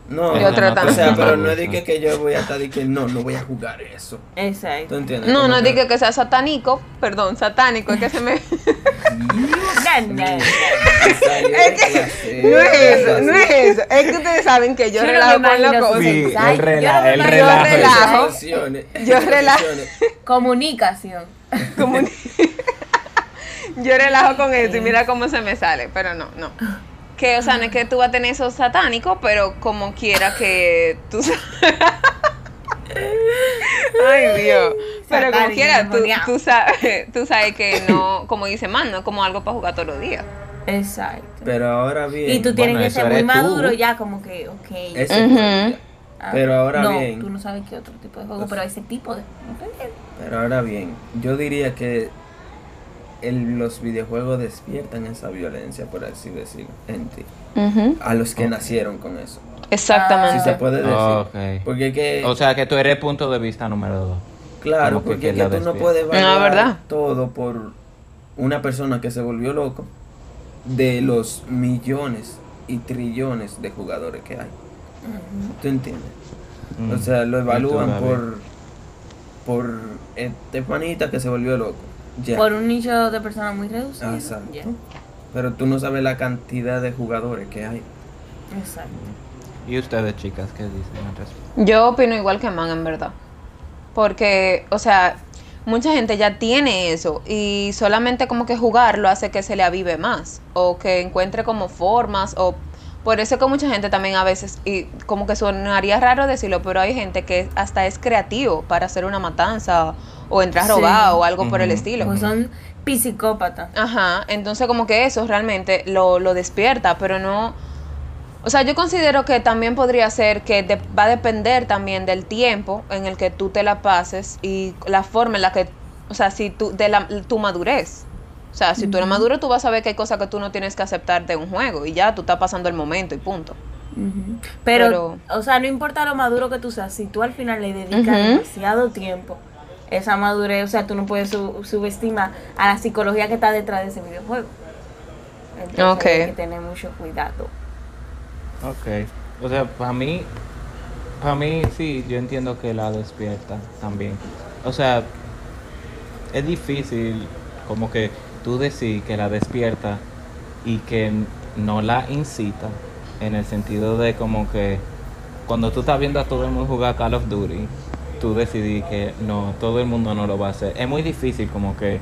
[SPEAKER 4] No,
[SPEAKER 5] Yo
[SPEAKER 4] no,
[SPEAKER 5] tratando.
[SPEAKER 4] O sea, pero no
[SPEAKER 2] No,
[SPEAKER 4] es de que, que yo voy a estar de que no, no voy a jugar eso. ¿Tú
[SPEAKER 3] Exacto.
[SPEAKER 4] entiendes?
[SPEAKER 5] No,
[SPEAKER 4] Como
[SPEAKER 5] no
[SPEAKER 4] que-
[SPEAKER 5] diga que sea satánico, perdón, satánico, es que se me...
[SPEAKER 4] Es Eh,
[SPEAKER 1] No es eso, no es eso. Es que ustedes saben que
[SPEAKER 5] Yo
[SPEAKER 1] yo
[SPEAKER 5] relajo con la
[SPEAKER 6] imagino
[SPEAKER 5] cosa.
[SPEAKER 2] Sí,
[SPEAKER 6] Ay,
[SPEAKER 2] el relajo,
[SPEAKER 6] yo
[SPEAKER 2] el
[SPEAKER 6] me
[SPEAKER 2] relajo.
[SPEAKER 5] imagino relajo. Yo relajo.
[SPEAKER 6] Comunicación.
[SPEAKER 5] como un- Yo relajo con eso y mira cómo se me sale, pero no, no. Que, o sea, no es que tú vas a tener eso satánico, pero como quiera que tú... sa- Ay, Dios. Pero como
[SPEAKER 3] Satánico,
[SPEAKER 5] quiera, tú,
[SPEAKER 3] endemoniado.
[SPEAKER 5] tú, sabes, tú sabes que no, como dice man, no es como algo para jugar todos los días.
[SPEAKER 3] Exacto.
[SPEAKER 4] Pero ahora bien.
[SPEAKER 3] Y
[SPEAKER 2] Bueno,
[SPEAKER 3] tú tienes que
[SPEAKER 2] eso
[SPEAKER 3] ser muy
[SPEAKER 2] eres tú.
[SPEAKER 3] maduro ya, como que, ok.
[SPEAKER 4] Eso
[SPEAKER 5] Ujú.
[SPEAKER 4] fue.
[SPEAKER 3] ah,
[SPEAKER 4] pero ahora
[SPEAKER 3] no,
[SPEAKER 4] bien.
[SPEAKER 3] tú no sabes qué otro tipo de juego,
[SPEAKER 4] Pues-
[SPEAKER 3] pero ese tipo de... ¿entiendes?
[SPEAKER 4] Pero ahora bien, yo diría que el- los videojuegos despiertan esa violencia, por así decirlo, en ti. A los que nacieron con eso.
[SPEAKER 3] Ah,
[SPEAKER 4] Si se
[SPEAKER 5] Exactamente.
[SPEAKER 4] puede decir.
[SPEAKER 2] Ok.
[SPEAKER 4] Porque que,
[SPEAKER 2] O sea que tú eres punto de vista número dos.
[SPEAKER 4] claro,
[SPEAKER 2] como que
[SPEAKER 4] porque
[SPEAKER 2] quien
[SPEAKER 4] que
[SPEAKER 2] la
[SPEAKER 4] tú no
[SPEAKER 2] despierta.
[SPEAKER 4] puedes
[SPEAKER 5] No,
[SPEAKER 4] evaluar
[SPEAKER 5] ¿verdad?
[SPEAKER 4] todo por una persona que se volvió loco de los millones y trillones de jugadores que hay. ¿Tú entiendes?
[SPEAKER 2] Mm.
[SPEAKER 4] O sea, lo
[SPEAKER 2] Tú,
[SPEAKER 4] evalúan
[SPEAKER 2] Gaby.
[SPEAKER 4] por por este panita que se volvió loco. Ya.
[SPEAKER 3] Por un nicho de personas muy reducido.
[SPEAKER 4] Exacto.
[SPEAKER 3] ya.
[SPEAKER 4] Pero tú no sabes la cantidad de jugadores que hay.
[SPEAKER 3] Exacto.
[SPEAKER 2] ¿Y ustedes, chicas, qué dicen al respecto?
[SPEAKER 5] Yo opino igual que Man, en verdad. Porque, o sea, mucha gente ya tiene eso y solamente como que jugarlo hace que se le avive más o que encuentre como formas o... Por eso que mucha gente también a veces, y como que sonaría raro decirlo, pero hay gente que hasta es creativo para hacer una matanza o entrar a
[SPEAKER 3] Sí.
[SPEAKER 5] robar o algo por el
[SPEAKER 2] Ujú.
[SPEAKER 5] estilo.
[SPEAKER 3] Pues son psicópatas.
[SPEAKER 5] Ajá, entonces como que eso realmente lo, lo despierta, pero no... O sea, yo considero que también podría ser que de- va a depender también del tiempo en el que tú te la pases y la forma en la que, o sea, si tú, de la, tu madurez. O sea, si tú eres maduro, tú vas a ver que hay cosas que tú no tienes que aceptar de un juego y ya tú estás pasando el momento y punto.
[SPEAKER 3] Ujú. Pero,
[SPEAKER 5] Pero-
[SPEAKER 3] o sea, no importa lo maduro que tú seas, si tú al final le dedicas
[SPEAKER 5] Ujú.
[SPEAKER 3] demasiado tiempo, esa madurez, o sea, tú no puedes su- subestimar a la psicología que está detrás de ese videojuego. Entonces
[SPEAKER 5] Ok.
[SPEAKER 3] hay que tener mucho cuidado.
[SPEAKER 2] Ok. O sea, para mí, para mí sí, yo entiendo que la despierta también. O sea, es difícil como que tú decir que la despierta y que n- no la incita en el sentido de como que cuando tú estás viendo a todo el mundo jugar Call of Duty, tú decidí que no, todo el mundo no lo va a hacer. Es muy difícil como que,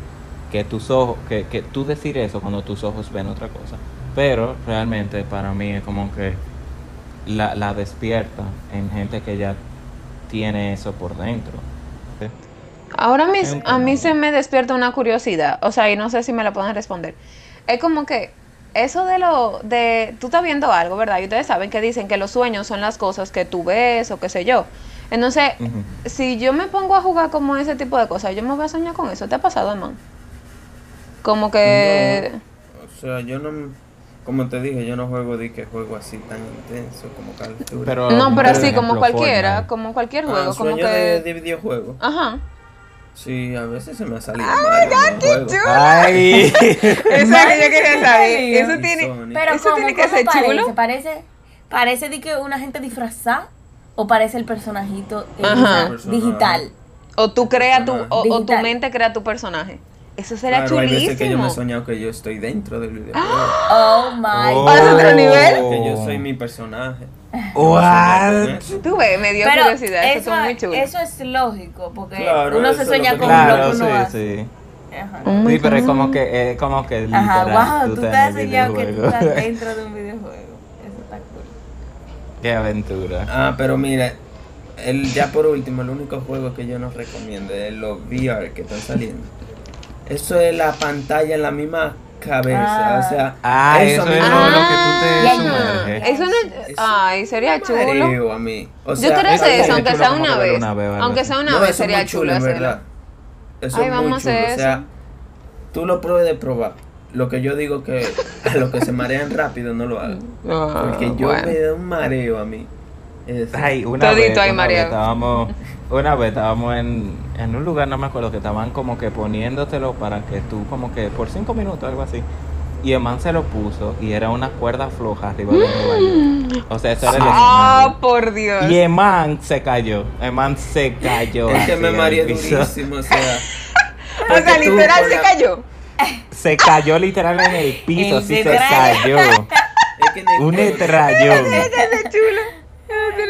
[SPEAKER 2] que tus ojos, que, que tú decir eso cuando tus ojos ven otra cosa. Pero realmente para mí es como que la, la despierta en gente que ya tiene eso por dentro.
[SPEAKER 5] Ahora mis,
[SPEAKER 2] Entiendo.
[SPEAKER 5] a mí se me despierta una curiosidad, o sea, y no sé si me la pueden responder. Es como que eso de lo de tú estás viendo algo, ¿verdad? Y ustedes saben que dicen que los sueños son las cosas que tú ves o qué sé yo. Entonces,
[SPEAKER 2] Ujú.
[SPEAKER 5] si yo me pongo a jugar como ese tipo de cosas, yo me voy a soñar con eso. ¿Te ha pasado, hermano? Como que
[SPEAKER 4] No, o sea, yo no. Como te dije, yo no juego de que juego así tan intenso como Call of Duty.
[SPEAKER 5] no, pero
[SPEAKER 2] por
[SPEAKER 5] así
[SPEAKER 2] ejemplo,
[SPEAKER 5] como cualquiera,
[SPEAKER 2] Fortnite.
[SPEAKER 5] como cualquier
[SPEAKER 4] Ah,
[SPEAKER 5] juego, como
[SPEAKER 4] sueño
[SPEAKER 5] que
[SPEAKER 4] de, de videojuego.
[SPEAKER 5] ajá.
[SPEAKER 4] Sí, a veces se me ha salido. mal en los juegos.
[SPEAKER 2] Ay.
[SPEAKER 7] Eso es lo que yo quería saber. Eso
[SPEAKER 4] Y
[SPEAKER 7] tiene.
[SPEAKER 4] Sony.
[SPEAKER 3] Pero
[SPEAKER 7] Eso
[SPEAKER 3] ¿cómo?
[SPEAKER 7] tiene que
[SPEAKER 3] ¿Cómo
[SPEAKER 7] ser
[SPEAKER 3] parece?
[SPEAKER 7] chulo.
[SPEAKER 3] Parece, parece de que una gente disfrazada o parece el personajito eh,
[SPEAKER 5] Ajá.
[SPEAKER 3] o sea, digital.
[SPEAKER 5] O tú creas tu, o, o tu
[SPEAKER 3] Digital.
[SPEAKER 5] mente crea tu personaje. Eso sería
[SPEAKER 4] Claro, hay veces que yo me he
[SPEAKER 5] chulísimo.
[SPEAKER 4] soñado que yo estoy dentro del videojuego.
[SPEAKER 3] Oh my.
[SPEAKER 2] Oh.
[SPEAKER 7] ¿Vas a otro nivel?
[SPEAKER 4] Que yo soy mi personaje.
[SPEAKER 2] What?
[SPEAKER 5] Tú ves, me dio
[SPEAKER 3] Pero
[SPEAKER 5] curiosidad. Eso,
[SPEAKER 3] eso,
[SPEAKER 5] son muy chulo.
[SPEAKER 3] eso es lógico, porque
[SPEAKER 4] Claro,
[SPEAKER 3] uno
[SPEAKER 4] eso
[SPEAKER 3] se
[SPEAKER 4] es lo
[SPEAKER 3] sueña
[SPEAKER 4] que
[SPEAKER 3] con
[SPEAKER 2] Claro,
[SPEAKER 3] lo que
[SPEAKER 2] sí,
[SPEAKER 3] uno hace.
[SPEAKER 2] sí.
[SPEAKER 3] Ajá.
[SPEAKER 2] Sí, pero es como que, es como que literal,
[SPEAKER 3] Ajá, wow, tú
[SPEAKER 2] estás
[SPEAKER 3] te has
[SPEAKER 2] en el
[SPEAKER 3] soñado que tú
[SPEAKER 2] videojuego.
[SPEAKER 3] estás dentro de un videojuego. Eso está cool.
[SPEAKER 2] Qué aventura.
[SPEAKER 4] Ah, pero mira, el, ya por último, el único juego que yo no recomiendo es los VR que están saliendo. Eso es la pantalla en la misma cabeza,
[SPEAKER 3] Ah.
[SPEAKER 4] o sea,
[SPEAKER 2] Ah, eso,
[SPEAKER 4] a mí
[SPEAKER 2] es
[SPEAKER 4] me
[SPEAKER 2] lo,
[SPEAKER 4] da
[SPEAKER 2] lo que tú te
[SPEAKER 5] Ah,
[SPEAKER 2] sumerges.
[SPEAKER 5] eso no es-
[SPEAKER 4] Eso-
[SPEAKER 5] Ay, sería
[SPEAKER 4] un
[SPEAKER 5] chulo.
[SPEAKER 4] mareo a mí. O
[SPEAKER 5] Yo
[SPEAKER 4] sea,
[SPEAKER 5] quiero
[SPEAKER 2] eso
[SPEAKER 5] hacer eso,
[SPEAKER 2] sería
[SPEAKER 5] aunque
[SPEAKER 2] chulo
[SPEAKER 5] sea
[SPEAKER 2] como
[SPEAKER 5] una
[SPEAKER 2] que ver
[SPEAKER 5] vez.
[SPEAKER 2] una vez o algo
[SPEAKER 5] Aunque
[SPEAKER 2] así.
[SPEAKER 5] sea una
[SPEAKER 4] No,
[SPEAKER 5] vez,
[SPEAKER 4] eso es
[SPEAKER 5] sería
[SPEAKER 4] muy
[SPEAKER 5] chulo
[SPEAKER 4] en
[SPEAKER 5] hacerlo.
[SPEAKER 4] verdad. Eso
[SPEAKER 5] Ay,
[SPEAKER 4] es muy
[SPEAKER 5] vamos a
[SPEAKER 4] chulo.
[SPEAKER 5] hacer
[SPEAKER 4] O sea, tú lo pruebes de probar. Lo que yo digo que a los que se marean rápido no lo hagan.
[SPEAKER 5] Ah,
[SPEAKER 4] Porque yo
[SPEAKER 5] bueno.
[SPEAKER 4] me da un mareo a mí. Es-
[SPEAKER 2] Ay, una
[SPEAKER 5] Todito ahí
[SPEAKER 2] vez, una vez
[SPEAKER 5] mareado.
[SPEAKER 2] estábamos, una vez estábamos en, en un lugar, no me acuerdo, que estaban como que poniéndotelo para que tú como que por cinco minutos algo así. Y el man se lo puso y era una cuerda floja arriba de un caballo. O sea, eso era el
[SPEAKER 5] Ah, pues.
[SPEAKER 2] escenario.
[SPEAKER 5] por Dios.
[SPEAKER 2] Y el man se cayó. El man se cayó.
[SPEAKER 4] es que
[SPEAKER 2] así
[SPEAKER 4] me
[SPEAKER 2] al
[SPEAKER 4] mareé
[SPEAKER 2] piso.
[SPEAKER 4] durísimo, o sea.
[SPEAKER 5] O sea,
[SPEAKER 4] porque tú
[SPEAKER 5] literal
[SPEAKER 4] con
[SPEAKER 5] se
[SPEAKER 4] la-
[SPEAKER 5] cayó.
[SPEAKER 2] Se cayó literal en el piso, así se
[SPEAKER 3] Literal.
[SPEAKER 2] cayó.
[SPEAKER 4] Es que en el
[SPEAKER 2] Un
[SPEAKER 4] juego-
[SPEAKER 2] estrellón.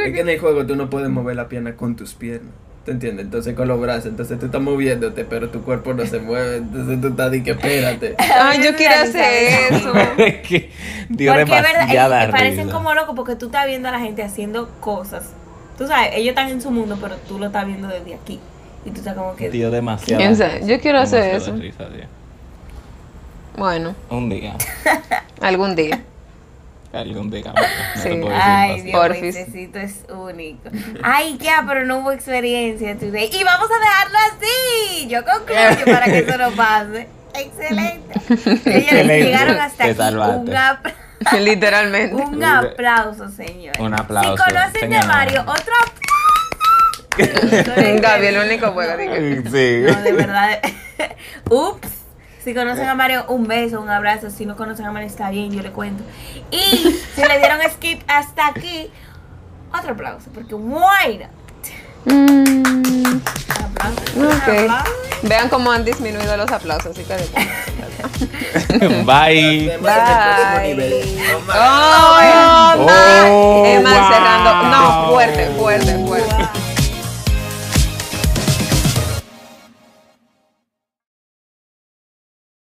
[SPEAKER 4] Es que en el juego tú no puedes mover la pierna con tus piernas. ¿Te entiendes? Entonces con los brazos, entonces tú estás moviéndote, pero tu cuerpo no se mueve, entonces tú estás de que espérate.
[SPEAKER 5] Ay, Ah, yo
[SPEAKER 3] Yo
[SPEAKER 5] quiero
[SPEAKER 3] realicé
[SPEAKER 5] hacer eso.
[SPEAKER 2] Es que dio
[SPEAKER 3] Porque es verdad,
[SPEAKER 2] demasiada
[SPEAKER 3] ellos parecen
[SPEAKER 2] risa.
[SPEAKER 3] como locos porque tú estás viendo a la gente haciendo cosas. Tú sabes, ellos están en su mundo, pero tú lo estás viendo desde aquí. Y tú estás como que...
[SPEAKER 2] Dio demasiada
[SPEAKER 5] ¿Quién sabe?
[SPEAKER 2] risa.
[SPEAKER 5] Yo quiero hacer
[SPEAKER 2] Demasiada
[SPEAKER 5] eso.
[SPEAKER 2] risa dio.
[SPEAKER 5] Bueno,
[SPEAKER 2] Un día.
[SPEAKER 5] algún día.
[SPEAKER 2] Algún día. no te
[SPEAKER 5] Sí.
[SPEAKER 2] puedo decir
[SPEAKER 3] Ay,
[SPEAKER 2] más.
[SPEAKER 3] Dios,
[SPEAKER 5] Porfis.
[SPEAKER 3] Moisésito es único. Ay, ya, pero no hubo experiencia today. Y vamos a dejarlo así. Yo concluyo para que eso no pase. Excelente.
[SPEAKER 2] Excelente.
[SPEAKER 3] Señores, llegaron hasta
[SPEAKER 2] Te
[SPEAKER 3] aquí.
[SPEAKER 2] salvaste.
[SPEAKER 3] Un, apl-
[SPEAKER 5] Literalmente.
[SPEAKER 3] un aplauso, señores.
[SPEAKER 2] Un aplauso,
[SPEAKER 3] Si conocen
[SPEAKER 2] señora.
[SPEAKER 3] de Mario, otro aplauso.
[SPEAKER 5] Gaby, el único juego. dije.
[SPEAKER 2] Sí.
[SPEAKER 3] No, de verdad. Ups. Si conocen a Mario, un beso, un abrazo. Si no conocen a Mario, está bien, yo le cuento. Y si le dieron skip hasta aquí, otro aplauso, porque bueno.
[SPEAKER 5] Mm,
[SPEAKER 3] Aplauso.
[SPEAKER 5] ok.
[SPEAKER 3] Aplauso.
[SPEAKER 5] Vean cómo han disminuido los aplausos. Así que de-
[SPEAKER 2] Bye.
[SPEAKER 4] Vemos en el próximo
[SPEAKER 5] Bye.
[SPEAKER 4] nivel. Oh, my
[SPEAKER 5] ¡Oh!
[SPEAKER 2] Oh,
[SPEAKER 5] Emma,
[SPEAKER 2] wow.
[SPEAKER 5] cerrando. No, fuerte, fuerte.